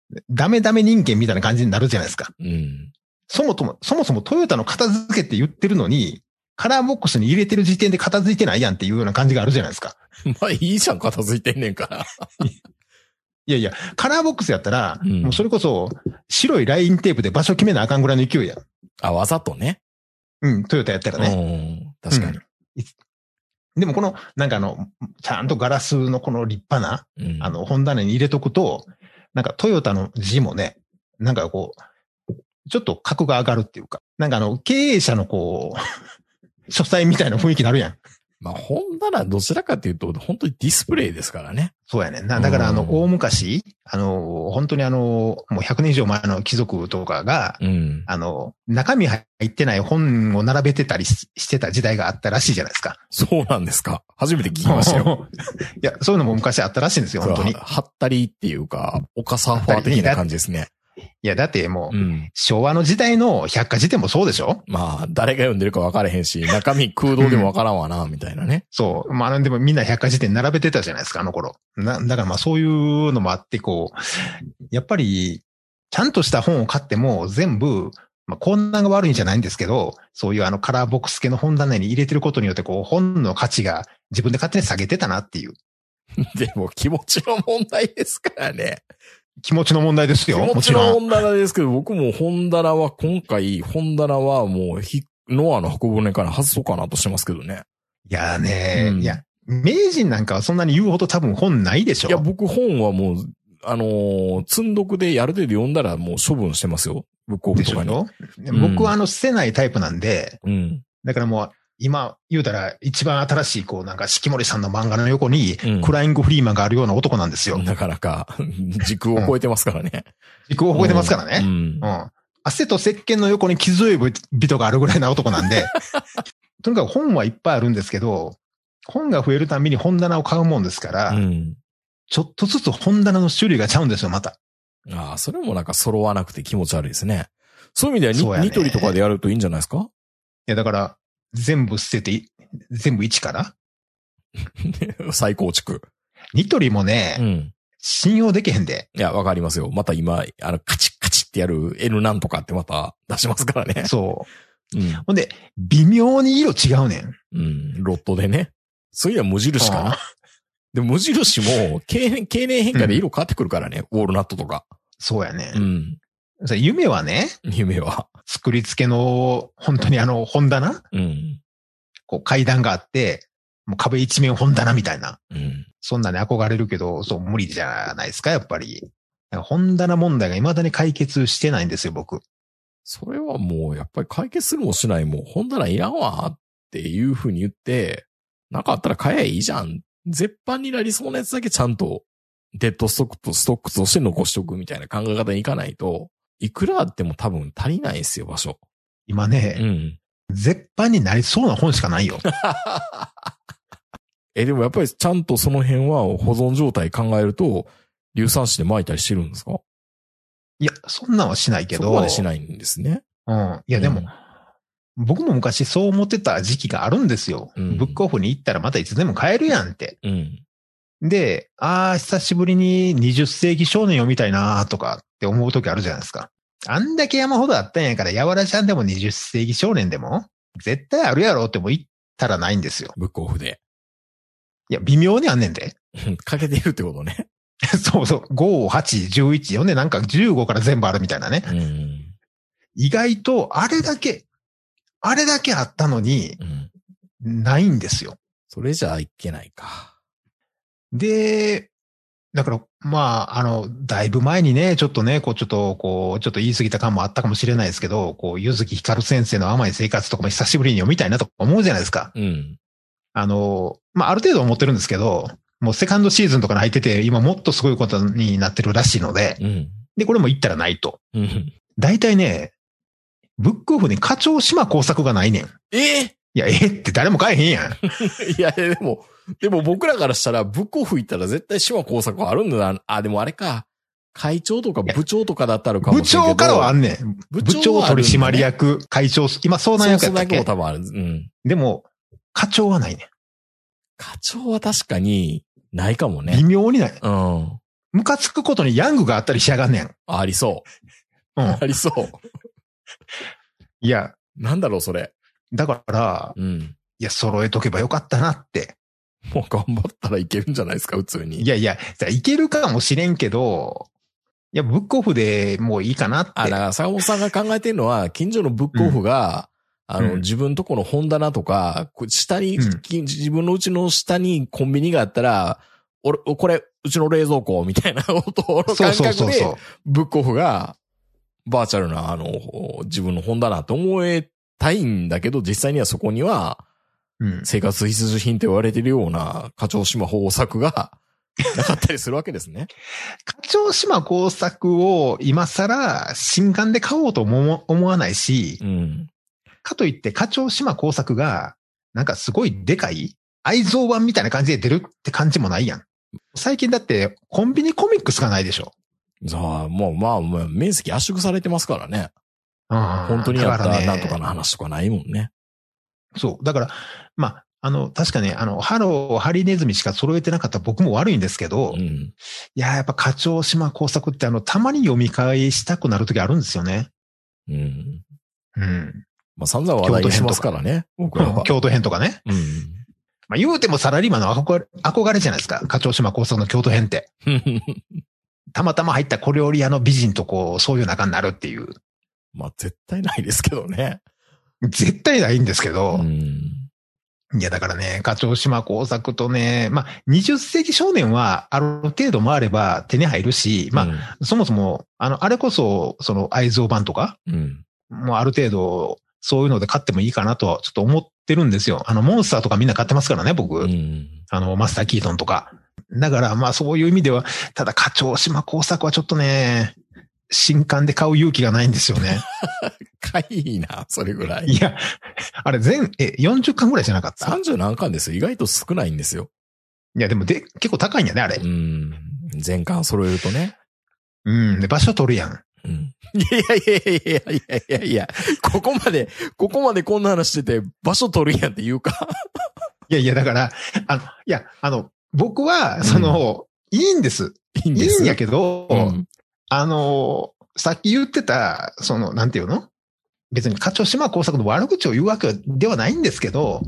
Speaker 3: う、ダメダメ人間みたいな感じになるじゃないですか。
Speaker 2: うん。
Speaker 3: そもそも、そもそもトヨタの片付けって言ってるのに、カラーボックスに入れてる時点で片付いてないやんっていうような感じがあるじゃないですか。
Speaker 2: まあいいじゃん、片付いてんねんから。
Speaker 3: いやいや、カラーボックスやったら、
Speaker 2: うん
Speaker 3: もうそれこそ白いラインテープで場所決めなあかんぐらいの勢いやん。
Speaker 2: あ、わざとね。
Speaker 3: うん、トヨタやったらね。
Speaker 2: うん。確かに。
Speaker 3: いでもこの、なんかあの、ちゃんとガラスのこの立派な、
Speaker 2: うん
Speaker 3: あの、本棚に入れとくと、なんかトヨタの字もね、なんかこう、ちょっと格が上がるっていうか、なんかあの、経営者のこう、 書斎みたいな雰囲気になるやん。
Speaker 2: まあ、本棚どちらかというと、本当にディスプレイですからね。
Speaker 3: そうやねんな。だからあ
Speaker 2: う
Speaker 3: の、
Speaker 2: ん
Speaker 3: 大昔、あの、本当にあの、もう100年以上前の貴族とかが、
Speaker 2: うん。
Speaker 3: あの、中身入ってない本を並べてたりししてた時代があったらしいじゃないですか。
Speaker 2: そうなんですか。初めて聞きましたよ。
Speaker 3: いや、そういうのも昔あったらしいんですよ、本当に。い
Speaker 2: ははったりっていうか、岡サーファー的な感じですね。
Speaker 3: や、だってもう、
Speaker 2: うん。
Speaker 3: 昭和の時代の百科事典もそうでしょ
Speaker 2: まあ、誰が読んでるか分からへんし、中身空洞でも分からんわな、みたいなね。
Speaker 3: そう。まあ、あのでもみんな百科事典並べてたじゃないですか、あの頃。な、だからまあそういうのもあって、こう、やっぱり、ちゃんとした本を買っても全部、まあ、こんなが悪いんじゃないんですけど、そういうあのカラーボックス系の本棚に入れてることによって、こう、本の価値が自分で勝手に下げてたなっていう
Speaker 2: でも、気持ちの問題ですからね。
Speaker 3: 気持ちの問題です
Speaker 2: 気
Speaker 3: よ。も
Speaker 2: 持
Speaker 3: ち
Speaker 2: ち
Speaker 3: ろ
Speaker 2: の
Speaker 3: ん。
Speaker 2: 本棚ですけど、僕も本棚は今回、本棚はもうひ、ノアの箱舟から外そうかなとしてますけどね。
Speaker 3: いやーねー、
Speaker 2: うん
Speaker 3: いや、名人なんかはそんなに言うほど多分本ないでしょ。
Speaker 2: いや、僕本はもう、あのー積んどくである程度読んだらもう処分してますよ。ブックオフ
Speaker 3: でし
Speaker 2: とかに。
Speaker 3: ょ
Speaker 2: ん
Speaker 3: 僕はあの、捨てないタイプなんで、
Speaker 2: うん。
Speaker 3: だからもう、今、言うたら、一番新しい、こう、なんか、四季森さんの漫画の横に、
Speaker 2: うん
Speaker 3: クライング・フリーマンがあるような男なんですよ。
Speaker 2: なかなか、 時空を超えてますからね。
Speaker 3: 時空を覚えてますから
Speaker 2: う
Speaker 3: ね。
Speaker 2: ん
Speaker 3: う。ん。汗と石鹸の横に傷を負う人があるぐらいな男なんで、とにかく本はいっぱいあるんですけど、本が増えるたびに本棚を買うもんですから、
Speaker 2: うん。
Speaker 3: ちょっとずつ本棚の種類がちゃうんですよ、また。
Speaker 2: ああ、それもなんか揃わなくて気持ち悪いですね。そういう意味で
Speaker 3: そう
Speaker 2: は
Speaker 3: やね
Speaker 2: ニ、ニトリとかでやるといいんじゃないですか
Speaker 3: いや、だから、全部捨てて、全部一から。
Speaker 2: 再構築。
Speaker 3: ニトリもね、
Speaker 2: うん。
Speaker 3: 信用できへんで。
Speaker 2: いや、わかりますよ。また今、あの、カチッカチッってやる N なんとかってまた出しますから ね。
Speaker 3: そう。
Speaker 2: うん。
Speaker 3: ほんで、微妙に色違うねん。
Speaker 2: うん。ロットでね。そういや無印かな。でも無印も経年、経年変化で色変わってくるからね。ウォールナットとか。
Speaker 3: そうやね
Speaker 2: う。ん。
Speaker 3: さ夢はね、
Speaker 2: 夢は。
Speaker 3: 作り付けの、本当にあの、 本棚
Speaker 2: うん。
Speaker 3: こう階段があって、もう壁一面本棚みたいな。
Speaker 2: うん。
Speaker 3: そんなに憧れるけど、そう、無理じゃないですか、やっぱり。だから本棚問題が未だに解決してないんですよ、僕。
Speaker 2: それはもうやっぱり解決するもしないも、本棚いらんわっていうふうに言って、なんかあったら買えばいいじゃん。絶版になりそうなやつだけちゃんと、デッドストックとストックとして残しておくみたいな考え方にいかないと、いくらあっても多分足りないですよ、場所。
Speaker 3: 今
Speaker 2: う
Speaker 3: ね、
Speaker 2: ん。
Speaker 3: 絶版になりそうな本しかない よ。
Speaker 2: え、でもやっぱりちゃんとその辺は保存状態考えると、硫酸紙で巻いたりしてるんですか
Speaker 3: いや、そんなんはしないけど。
Speaker 2: そこまでし
Speaker 3: い。
Speaker 2: ないんですね。
Speaker 3: うん。いや、でも、僕も昔そう思ってた時期があるんですよ。
Speaker 2: うん
Speaker 3: ブックオフに行ったらまたいつでも買えるやんって。
Speaker 2: うん。
Speaker 3: で、ああ、久しぶりに20世紀少年を見たいなとかって思う時あるじゃないですか。あんだけ山ほどあったんやから、やわらちゃんでも20世紀少年でも、絶対あるやろっても言ったらないんですよ。
Speaker 2: ブックオフで。
Speaker 3: いや、微妙にあんねんで。
Speaker 2: うんかけてるってことね。
Speaker 3: そうそう。5、8、11、ほんでなんか15から全部あるみたいなね。
Speaker 2: うん。
Speaker 3: 意外と、あれだけ、あれだけあったのに、
Speaker 2: うん。
Speaker 3: ないんですよ。
Speaker 2: それじゃいけないか。
Speaker 3: で、だから、まあ、あの、だいぶ前にね、ちょっとね、こう、ちょっと、こう、ちょっと言い過ぎた感もあったかもしれないですけど、こう、ゆずきひかる先生の甘い生活とかも久しぶりに読みたいなとか思うじゃないですか。
Speaker 2: うん。
Speaker 3: あの、まあ、ある程度思ってるんですけど、もうセカンドシーズンとかに入ってて、今もっとすごいことになってるらしいので、
Speaker 2: うん。
Speaker 3: で、これも言ったらないと。
Speaker 2: うん。
Speaker 3: 大体ね、ブックオフに課長島工作がないねん。
Speaker 2: え
Speaker 3: いや、ええって誰も買えへんやん。
Speaker 2: いや、でも、でも僕らからしたら、ブックオフ行ったら絶対島工作はあるんだな。あ、でもあれか。会長とか部長とかだったらかも
Speaker 3: 部
Speaker 2: しれんけど
Speaker 3: 長からはあんねん。
Speaker 2: 部
Speaker 3: 部長
Speaker 2: はある
Speaker 3: 取
Speaker 2: んだね
Speaker 3: 締役、会長、今相談役
Speaker 2: そ
Speaker 3: や
Speaker 2: う
Speaker 3: ったっ
Speaker 2: そんな
Speaker 3: け
Speaker 2: も多分ある。うん。
Speaker 3: でも、課長はないね。
Speaker 2: 課長は確かに、ないかも
Speaker 3: 微
Speaker 2: ね。
Speaker 3: 妙にない。
Speaker 2: うん。
Speaker 3: ムカつくことにヤングがあったりしやがんねん。
Speaker 2: ありそう。
Speaker 3: うん。
Speaker 2: ありそう。
Speaker 3: いや、
Speaker 2: なんだろう、それ。
Speaker 3: だから、
Speaker 2: うん。
Speaker 3: いや、揃えとけばよかったなって。
Speaker 2: もう頑張ったらいけるんじゃないですか、普通に。
Speaker 3: いやいや、じゃあいけるかもしれんけど、いや、ブックオフでもういいかなって。
Speaker 2: あ、だから坂本さんが考えてるのは、近所のブックオフが、あの、
Speaker 3: うん
Speaker 2: 自分とこの本棚とか、こう下に、
Speaker 3: うん
Speaker 2: き自分のうちの下にコンビニがあったら、俺、これ、うちの冷蔵庫みたいな 音の
Speaker 3: そ
Speaker 2: 感
Speaker 3: うそう
Speaker 2: 覚
Speaker 3: そう
Speaker 2: で、
Speaker 3: そ
Speaker 2: ブックオフが、バーチャルな、あの、自分の本棚と思えたいんだけど、実際にはそこには、
Speaker 3: う。うん。
Speaker 2: 生活必需品と言われてるような、課長島豊作 が、なかったりするわけですね。
Speaker 3: 課長島工作を今更新刊で買おうとも思わないし
Speaker 2: う、ん。
Speaker 3: かといって課長島工作がなんかすごいでかい愛蔵版みたいな感じで出るって感じもないやん。最近だってコンビニコミックスがないでしょ。
Speaker 2: さあ、もう、まあ、まあ面積圧縮されてますからね。本
Speaker 3: 本
Speaker 2: 当にあった、なんとか
Speaker 3: な
Speaker 2: の話とかないもんね。
Speaker 3: そう。だから、まあ、あの、確かね、あの、ハロー、ハリネズミしか揃えてなかった僕も悪いんですけど、
Speaker 2: う
Speaker 3: い
Speaker 2: ん。
Speaker 3: や、やっぱ課長島工作ってあの、たまに読み返したくなるときあるんですよね。
Speaker 2: うん。
Speaker 3: うん。
Speaker 2: まあ、散々話題にしますからね。僕らは。
Speaker 3: 京都編とかね。
Speaker 2: うん。
Speaker 3: まあ、言うてもサラリーマンの憧れ憧れじゃないですか。課長島工作の京都編って。たまたま入った小料理屋の美人とこう、そういう仲になるっていう。
Speaker 2: まあ、絶対ないですけどね。
Speaker 3: 絶対ないんですけ
Speaker 2: う
Speaker 3: ど、
Speaker 2: ん。
Speaker 3: いや、だからね、課長島工作とね、まあ、20世紀少年はある程度回れば手に入るし、まあ、そもそも、あの、あれこそ、その、愛蔵版とか、
Speaker 2: うん、うん。
Speaker 3: もうある程度、そういうので買ってもいいかなとは、ちょっと思ってるんですよ。あの、モンスターとかみんな買ってますからね、僕。
Speaker 2: うん。
Speaker 3: あの、マスター・キートンとか。だから、まあ、そういう意味では、ただ、課長島工作はちょっとね、新刊で買う勇気がないんですよね。
Speaker 2: かいいな、それぐら い。
Speaker 3: いや、あれ全、え、40巻ぐらいじゃなかったい
Speaker 2: 30何巻ですよ。意外と少ないんですよ。
Speaker 3: や、でも、で、結構高いんやね、あれ
Speaker 2: う。ん。全巻揃えるとね。
Speaker 3: うん、で、場所取るやん。
Speaker 2: うん。いやいやいやいやいやいやいや、ここまで、ここまでこんな話してて、場所取るやんって言うか。
Speaker 3: いやいや、だから、あの、いや、あの、僕は、その、いいんです。
Speaker 2: いいん
Speaker 3: い
Speaker 2: で
Speaker 3: い
Speaker 2: す
Speaker 3: んやけど、
Speaker 2: うん。
Speaker 3: あのー、さっき言ってた、その、なんていうの別に課長島工作の悪口を言うわけではないんですけど、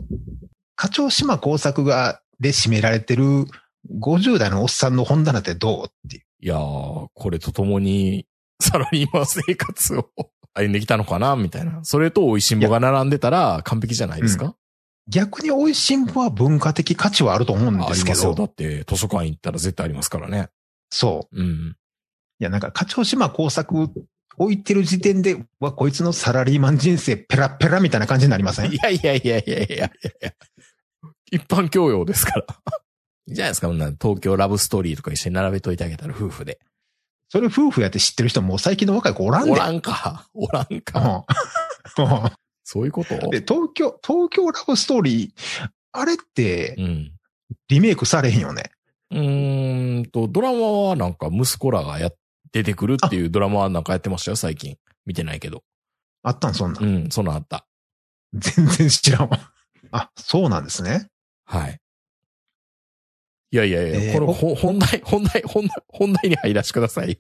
Speaker 3: 課長島工作が、で占められてる50代のおっさんの本棚ってどうっていう。
Speaker 2: いやー、これとともに、 サラリーマン生活を歩んできたのかな、みたいな。それと美味しんぼが並んでたら完璧じゃないですか、
Speaker 3: 逆に美味しんぼは文化的価値はあると思うん
Speaker 2: あ
Speaker 3: で
Speaker 2: り
Speaker 3: すけ
Speaker 2: ますよ。
Speaker 3: ど
Speaker 2: だ、って、図書館行ったら絶対ありますからね。
Speaker 3: そう。
Speaker 2: うん。
Speaker 3: いや、なんか課長島工作置いてる時点で、はこいつのサラリーマン人生ペラペラみたいな感じになりません
Speaker 2: いやいやいやいやいやいや一般教養ですから。いいじゃないですか、こんなん東京ラブストーリーとか一緒に並べといてあげたら夫婦で。
Speaker 3: それ夫婦やって知ってる人もう最近の若い子おらんで。
Speaker 2: おらんか。おらん
Speaker 3: う
Speaker 2: か。
Speaker 3: んうん
Speaker 2: そういうこと
Speaker 3: で、東京、東京ラブストーリー、あれって
Speaker 2: うん。
Speaker 3: リメイクされへんよね。
Speaker 2: うーんと、ドラマはなんか息子らがやっ出てくるっていうドラマはなんかやってましたよ、最近。見てないけど。
Speaker 3: あったん、そんな。
Speaker 2: うんん、そのあった。
Speaker 3: 全然知らんわ。あ、そうなんですね。
Speaker 2: はい。いやいやい
Speaker 3: えー
Speaker 2: や、この
Speaker 3: ほ
Speaker 2: ほ本題、本題、本題、本題に入らしてくださいよ。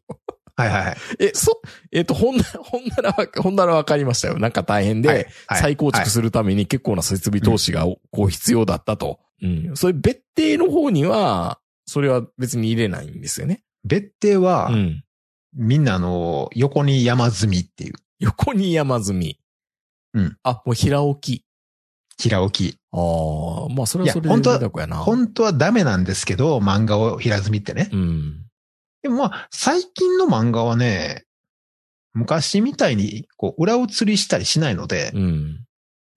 Speaker 3: はいはいはい。
Speaker 2: え、そ、えっ、と、本棚、本棚は、本棚はわかりましたよ。なんか大変で、
Speaker 3: はいはい
Speaker 2: 再構築するために結構な設備投資が、こう必要だったと。うん。それ別邸の方には、それは別に入れないんですよね。
Speaker 3: 別邸は、
Speaker 2: うん。
Speaker 3: みんなあの、横に山積みっていう、
Speaker 2: 横に山積み。
Speaker 3: うん。
Speaker 2: あ、もう平置き。
Speaker 3: 平置き。
Speaker 2: ああ、まあそれはそれ
Speaker 3: いや本当は
Speaker 2: 贅沢やな。
Speaker 3: 本当はダメなんですけど、漫画を平積みってね。
Speaker 2: うん。
Speaker 3: でもまあ、最近の漫画はね、昔みたいに、こう、裏を釣りしたりしないので
Speaker 2: う、ん。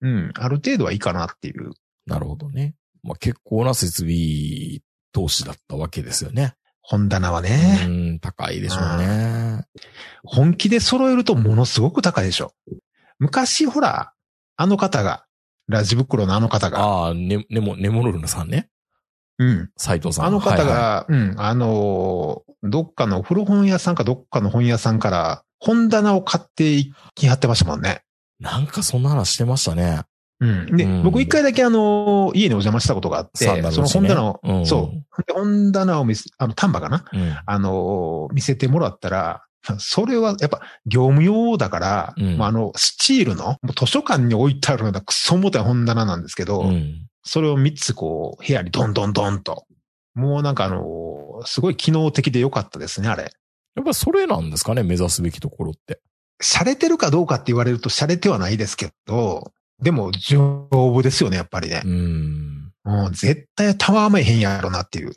Speaker 3: うん、ある程度はいいかなっていう。
Speaker 2: なるほどね。まあ結構な設備投資だったわけですよね。
Speaker 3: 本棚は
Speaker 2: う
Speaker 3: ね、
Speaker 2: ん、高いでしょうね。
Speaker 3: 本気で揃えるとものすごく高いでしょ。昔、ほら、あの方が、ラジ袋のあの方が、
Speaker 2: ああ、ね、ねも、ねもるるさんね。
Speaker 3: うん、
Speaker 2: 斉藤さん。
Speaker 3: あの方が、
Speaker 2: はいは
Speaker 3: うん、あのーどっかの古本屋さんかどっかの本屋さんから、本棚を買っていきはってましたもんね。
Speaker 2: いなんかそんな話してましたね。
Speaker 3: うん。で、
Speaker 2: うん
Speaker 3: 僕一回だけあのー家にお邪魔したことがあって、
Speaker 2: サンダル
Speaker 3: そ
Speaker 2: の
Speaker 3: の
Speaker 2: 人
Speaker 3: 本
Speaker 2: ね
Speaker 3: 棚を、
Speaker 2: うん
Speaker 3: そう、で、本棚を見せ、あの、丹波かな
Speaker 2: うん。
Speaker 3: あの、見せてもらったら、それはやっぱ業務用だから、
Speaker 2: うん
Speaker 3: まあ、あの、スチールの、もう図書館に置いてあるようなクソ重たい本棚なんですけど、
Speaker 2: うん。
Speaker 3: それを3つこう、部屋にどんどんどんと。もうなんかあの、すごい機能的で良かったですね、あれ。
Speaker 2: やっぱりそれなんですかね、目指すべきところって。
Speaker 3: 洒落てるかどうかって言われると洒落てはないですけど、でも、丈夫ですよね、やっぱりね
Speaker 2: う。ん。
Speaker 3: うん、絶対たわめへんやろなっていう。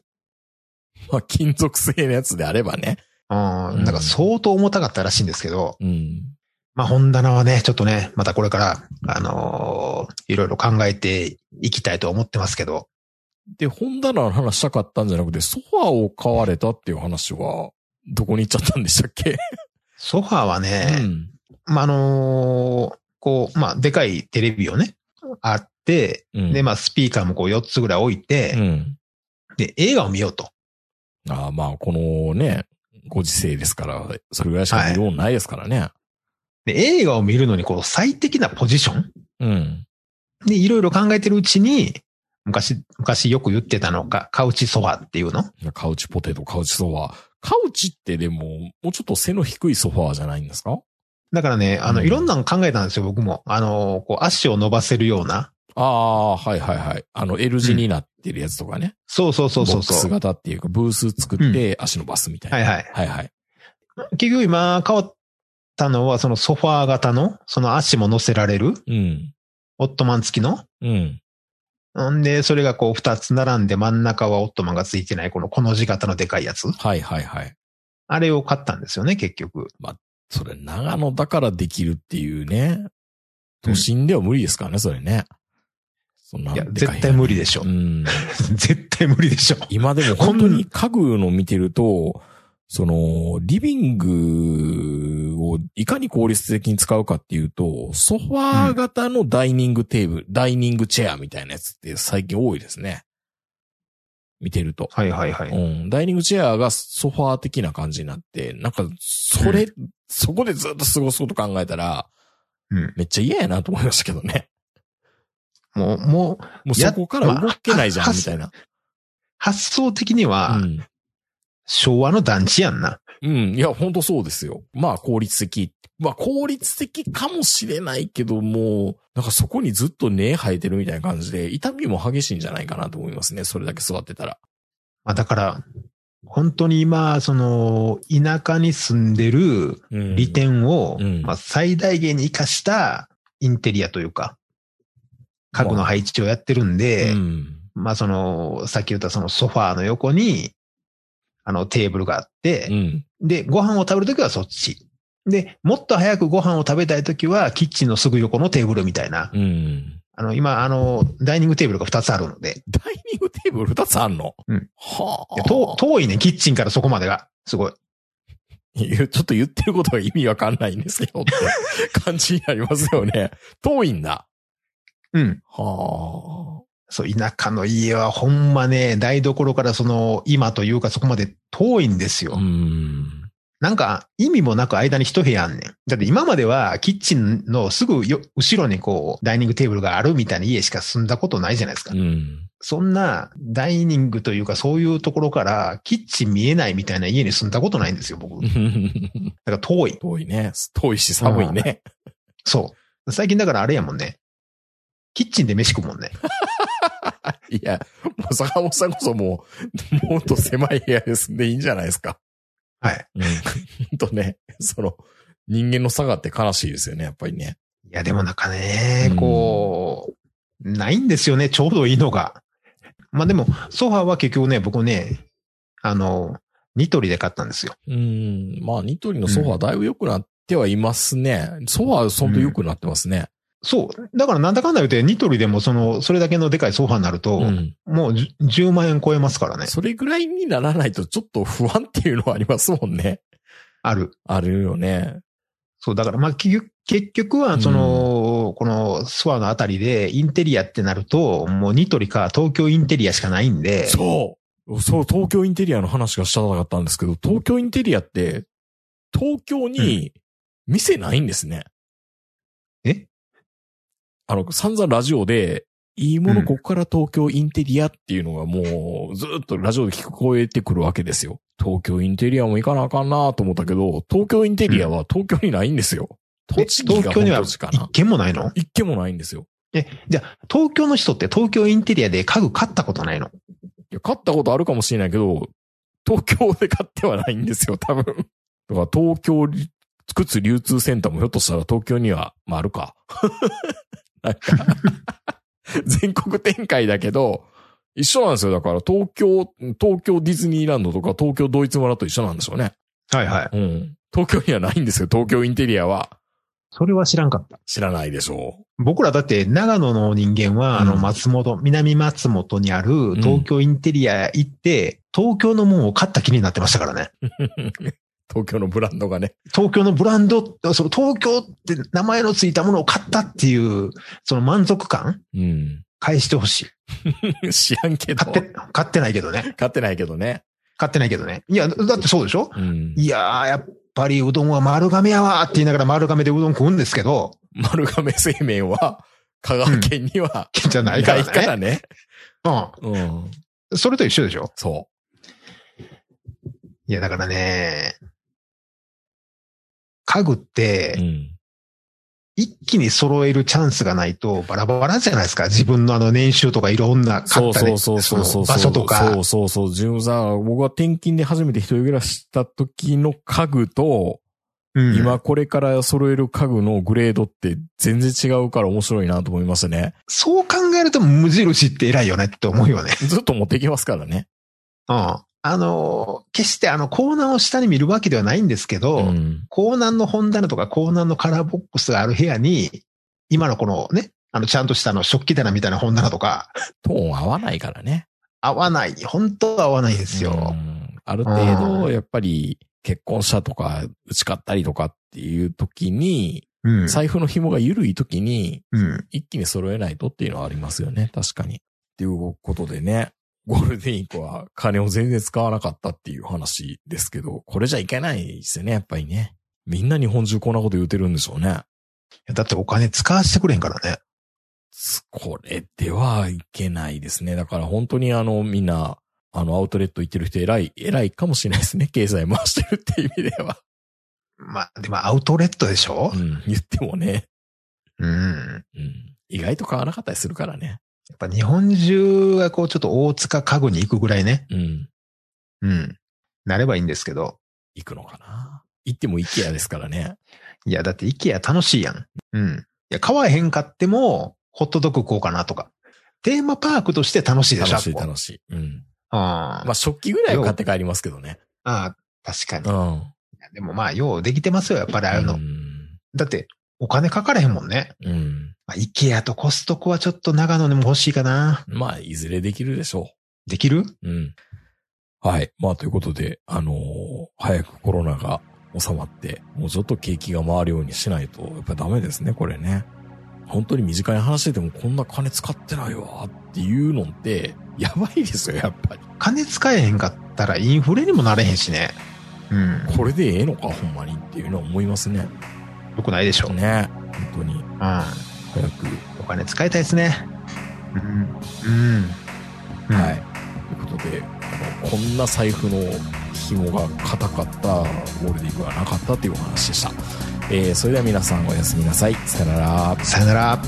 Speaker 2: まあ、金属製のやつであればね。
Speaker 3: うん、
Speaker 2: うん
Speaker 3: なんか相当重たかったらしいんですけど、
Speaker 2: うん。
Speaker 3: まあ本棚はね、ちょっとね、またこれから、あのーいろいろ考えていきたいと思ってますけど、
Speaker 2: で、本棚の話したかったんじゃなくて、ソファーを買われたっていう話は、どこに行っちゃったんでしたっけ、
Speaker 3: ソファーは
Speaker 2: う
Speaker 3: ね、
Speaker 2: ん。
Speaker 3: まああのーこう、まあでかいテレビをね、あって、
Speaker 2: うん。
Speaker 3: で、まあスピーカーもこう4つぐらい置いて、
Speaker 2: うん。
Speaker 3: で、映画を見ようと。
Speaker 2: ああ、まあ、このね、ご時世ですから、それぐらいしか見ようないですからね。
Speaker 3: で、映画を見るのにこう最適なポジション
Speaker 2: うん。
Speaker 3: で、いろいろ考えてるうちに、昔、昔よく言ってたのが、カウチソファっていうの
Speaker 2: カウチポテト、カウチソファー。カウチってでも、もうちょっと背の低いソファーじゃないんですか
Speaker 3: だからね、あの、
Speaker 2: うん
Speaker 3: いろんなの考えたんですよ、僕も。あの、こう、足を伸ばせるような。
Speaker 2: ああ、はいはいはい。あの、L 字になってるやつとかね。
Speaker 3: そうそうそうそう
Speaker 2: ボックス
Speaker 3: そう。
Speaker 2: 型っていうか、ブース作って足伸ばすみたいな。
Speaker 3: はいはい。
Speaker 2: はいはい。
Speaker 3: 結局今変わったのは、そのソファー型の、その足も乗せられる、
Speaker 2: うん。
Speaker 3: オットマン付きの。
Speaker 2: うん。
Speaker 3: んで、それがこう、二つ並んで真ん中はオットマンが付いてない、このこの字型のでかいやつ。
Speaker 2: はいはいはい。
Speaker 3: あれを買ったんですよね、結局。
Speaker 2: それ、長野だからできるっていうね。都心では無理ですからね、それね。そんない
Speaker 3: や、
Speaker 2: でか
Speaker 3: 絶対無理
Speaker 2: で
Speaker 3: でしょ
Speaker 2: う。ん。
Speaker 3: 絶対無理でしょ。
Speaker 2: 今でも本当に家具の見てると、その、リビングをいかに効率的に使うかっていうと、ソファー型のダイニングテーブル、ダイニングチェアみたいなやつって最近多いですね。見てると。
Speaker 3: はいはいは
Speaker 2: う
Speaker 3: い。
Speaker 2: ん。ダイニングチェアがソファー的な感じになって、なんか、それ、そこでずっと過ごすこと考えたら、
Speaker 3: うん
Speaker 2: めっちゃ嫌やなと思いましたけどね。
Speaker 3: もう、もう、
Speaker 2: もうそこから動けないじゃ
Speaker 3: まあ
Speaker 2: ん、みたいな。
Speaker 3: 発想的には
Speaker 2: う、ん
Speaker 3: 昭和の団地やんな。
Speaker 2: うん。いや、本当そうですよ。まあ、効率的。まあ、効率的かもしれないけども、なんかそこにずっと根生えてるみたいな感じで、痛みも激しいんじゃないかなと思いますね。それだけ座ってたら。
Speaker 3: まあだから、本当に今、その、田舎に住んでる
Speaker 2: うん
Speaker 3: 利点を、
Speaker 2: うん
Speaker 3: まあ最大限に活かしたインテリアというか、家具の配置をやってるんで、
Speaker 2: うん。
Speaker 3: まあその、さっき言ったそのソファーの横に、あのテーブルがあって
Speaker 2: う、ん。
Speaker 3: で、ご飯を食べるときはそっち。で、もっと早くご飯を食べたいときは、キッチンのすぐ横のテーブルみたいな。
Speaker 2: うん。
Speaker 3: あの、今、あの、ダイニングテーブルが2つあるので、
Speaker 2: ダイニングテーブル2つあんの
Speaker 3: うん。
Speaker 2: はあ
Speaker 3: で。遠遠いね、キッチンからそこまでが。すごい。
Speaker 2: いやちょっと言ってることが意味わかんないんですけど、 って感じになりますよね。遠いんだ。
Speaker 3: うん。
Speaker 2: はあ。
Speaker 3: そう、田舎の家はほんまね、台所からその、今というかそこまで遠いんですよ。
Speaker 2: うん。
Speaker 3: なんか、意味もなく間に一部屋あんねん。だって今までは、キッチンのすぐよ、後ろにこう、ダイニングテーブルがあるみたいな家しか住んだことないじゃないですか。
Speaker 2: うん。
Speaker 3: そんな、ダイニングというかそういうところから、キッチン見えないみたいな家に住んだことないんですよ、僕。だから遠い。
Speaker 2: 遠いね。遠いし寒いね。
Speaker 3: そう。最近だからあれやもんね。キッチンで飯食うもんね。
Speaker 2: いや、もう坂本さんこそもう、もっと狭い部屋で住んでいいんじゃないですか。
Speaker 3: はい。
Speaker 2: うん。ほんとね、その、人間の差があって悲しいですよね、やっぱりね。
Speaker 3: いや、でもなんかね、こう、ないんですよね、ちょうどいいのが。まあでも、ソファーは結局ね、僕ね、あの、ニトリで買ったんですよ。
Speaker 2: うん。まあ、ニトリのソファーだいぶ良くなってはいますね。ソファー相当良くなってますね。
Speaker 3: そう。だからなんだかんだ言って、ニトリでもその、それだけのでかいソファーになると、
Speaker 2: うん。
Speaker 3: もうじゅ10万円超えますからね。
Speaker 2: それぐらいにならないとちょっと不安っていうのはありますもんね。
Speaker 3: ある。
Speaker 2: あるよね。
Speaker 3: そう、だからまあ結局、結局は、その、このソファーのあたりでインテリアってなると、もうニトリか東京インテリアしかないんで、
Speaker 2: そうそう、東京インテリアの話がしたかったんですけど、東京インテリアって、東京に店ないんですね。
Speaker 3: え
Speaker 2: あの、散々ラジオで、いいも
Speaker 3: う
Speaker 2: の
Speaker 3: ん
Speaker 2: ここから東京インテリアっていうのがもう、ずっとラジオで聞こえてくるわけですよ。東京インテリアも行かなあかんなあと思ったけど、東京インテリアは東京にないんですよ。
Speaker 3: え
Speaker 2: 栃木が
Speaker 3: 東京
Speaker 2: 本
Speaker 3: には
Speaker 2: 拠地か
Speaker 3: 一
Speaker 2: な。
Speaker 3: 軒もないの
Speaker 2: 一軒もないんですよ。
Speaker 3: え、じゃあ、東京の人って東京インテリアで家具買ったことないの
Speaker 2: いや、買ったことあるかもしれないけど、東京で買ってはないんですよ、多 分。だから東京り、靴流通センターもひょっとしたら東京には、まああるか。 なんか全国展開だけど、一緒なんですよ。だから、東京、東京ディズニーランドとか、東京ドイツ村と一緒なんでしょうね。
Speaker 3: はいはい。
Speaker 2: うん。東京にはないんですよ。東京インテリアは
Speaker 3: それは知らんかった。
Speaker 2: 知らないでしょ
Speaker 3: 僕らだって長野の人間は、あ
Speaker 2: う
Speaker 3: の
Speaker 2: ん
Speaker 3: 松本、南松本にある東京インテリア行って、東京のもんを買った気になってましたからね。
Speaker 2: う。 東京のブランドがね。
Speaker 3: 東京のブランド、その東京って名前のついたものを買ったっていう、その満足感
Speaker 2: うん。
Speaker 3: 返してほしい。
Speaker 2: 知らんけど
Speaker 3: 買。って、買ってないけどね。
Speaker 2: 買ってないけどね。
Speaker 3: 買ってないけどね。いや、だってそうでしょ
Speaker 2: うん。
Speaker 3: いやー、やっぱりうどんは丸亀やわーって言いながら丸亀でうどん食うんですけど、
Speaker 2: 丸亀製麺は、香川県には、
Speaker 3: じゃな
Speaker 2: ないい
Speaker 3: か
Speaker 2: からら
Speaker 3: ね。
Speaker 2: ね。うん。
Speaker 3: うん。それと一緒でしょ
Speaker 2: そ
Speaker 3: いや、だからね、家具っ
Speaker 2: う。う
Speaker 3: て、
Speaker 2: ん。
Speaker 3: 一気に揃えるチャンスがないとバラバラじゃないですか。自分のあの年収とかいろんな買
Speaker 2: そ
Speaker 3: っ
Speaker 2: う
Speaker 3: たり
Speaker 2: そうそうそうそう。
Speaker 3: その場所と
Speaker 2: そ
Speaker 3: か。
Speaker 2: うそうそう。自分さ、僕は転勤で初めて一人暮らしした時の家具と、
Speaker 3: うん、
Speaker 2: 今これから揃える家具のグレードって全然違うから面白いなと思いますね。
Speaker 3: そう考えると無印って偉いよねって思うよね。
Speaker 2: ずっと持ってきますからね。
Speaker 3: うん。あの、決してあの、コーナーを下に見るわけではないんですけど、
Speaker 2: ん。
Speaker 3: コーナーの本棚とかコーナーのカラーボックスがある部屋に、今のこのね、あの、ちゃんとしたあの食器棚みたいな本棚とか、
Speaker 2: トーン合わないからね。
Speaker 3: 合わない。本当は合わないんです
Speaker 2: う
Speaker 3: よ。
Speaker 2: んある程
Speaker 3: う
Speaker 2: 度、
Speaker 3: ん
Speaker 2: やっぱり、結婚したとか、打ち勝ったりとかっていう時に、
Speaker 3: うん。
Speaker 2: 財布の紐が緩い時に、
Speaker 3: うん。
Speaker 2: 一気に揃えないとっていうのはありますよね。確かに。っていうことでね、ゴールデンウィークは金を全然使わなかったっていう話ですけど、これじゃいけないですよね、やっぱりね。みんな日本中こんなこと言うてるんでしょうね。
Speaker 3: だってお金使わせてくれへんからね。
Speaker 2: これではいけないですね。だから本当にあの、みんな、あの、アウトレット行ってる人偉い、偉いかもしれないですね。 経済回してるっていう意味では。
Speaker 3: まあ、でもアウトレットでしょ
Speaker 2: うん、言ってもね。
Speaker 3: うん。
Speaker 2: うん。意外と買わなかったりするからね。
Speaker 3: やっぱ日本中がこう、ちょっと大塚家具に行くぐらいね。
Speaker 2: うん。
Speaker 3: うん。なればいいんですけど。
Speaker 2: 行くのかな。行っても IKEA ですからね。
Speaker 3: いや、だって IKEA 楽しいやん。うん。いや、買わへんかっても、ホットドッグ行こうかなとか。テーマパークとして楽しいでしょ
Speaker 2: 楽しい
Speaker 3: あっこ
Speaker 2: 楽しい。うん。
Speaker 3: あー
Speaker 2: まあ、食器ぐらいは買って帰りますけどね。
Speaker 3: あー、確かに。
Speaker 2: ん。
Speaker 3: でもまあ、ようできてますよ、やっぱりああいうの。
Speaker 2: うん。
Speaker 3: だって、お金かからへんもんね。
Speaker 2: うん。
Speaker 3: まあ、IKEA とコストコはちょっと長野でも欲しいかな。
Speaker 2: まあ、いずれできるでしょ
Speaker 3: できる
Speaker 2: う。うん。はい。まあ、ということで、あのー早くコロナが収まって、もうちょっと景気が回るようにしないと、やっぱダメですね、これね。本当に短い話でもこんな金使ってないわっていうのって、やばいですよ、やっぱり。
Speaker 3: 金使えへんかったらインフレにもなれへんしね。うん。
Speaker 2: これでええのか、ほんまにっていうのは思いますね。
Speaker 3: よくないでしょ。うん。
Speaker 2: ね。本当に、早く
Speaker 3: お金使いたいですね。うん。うん。
Speaker 2: は。い。ということで、あのこんな財布の紐が硬かったゴールディングはなかったというお話でした。えーそれでは皆さんおやすみなさい。さよなら。
Speaker 3: さよなら。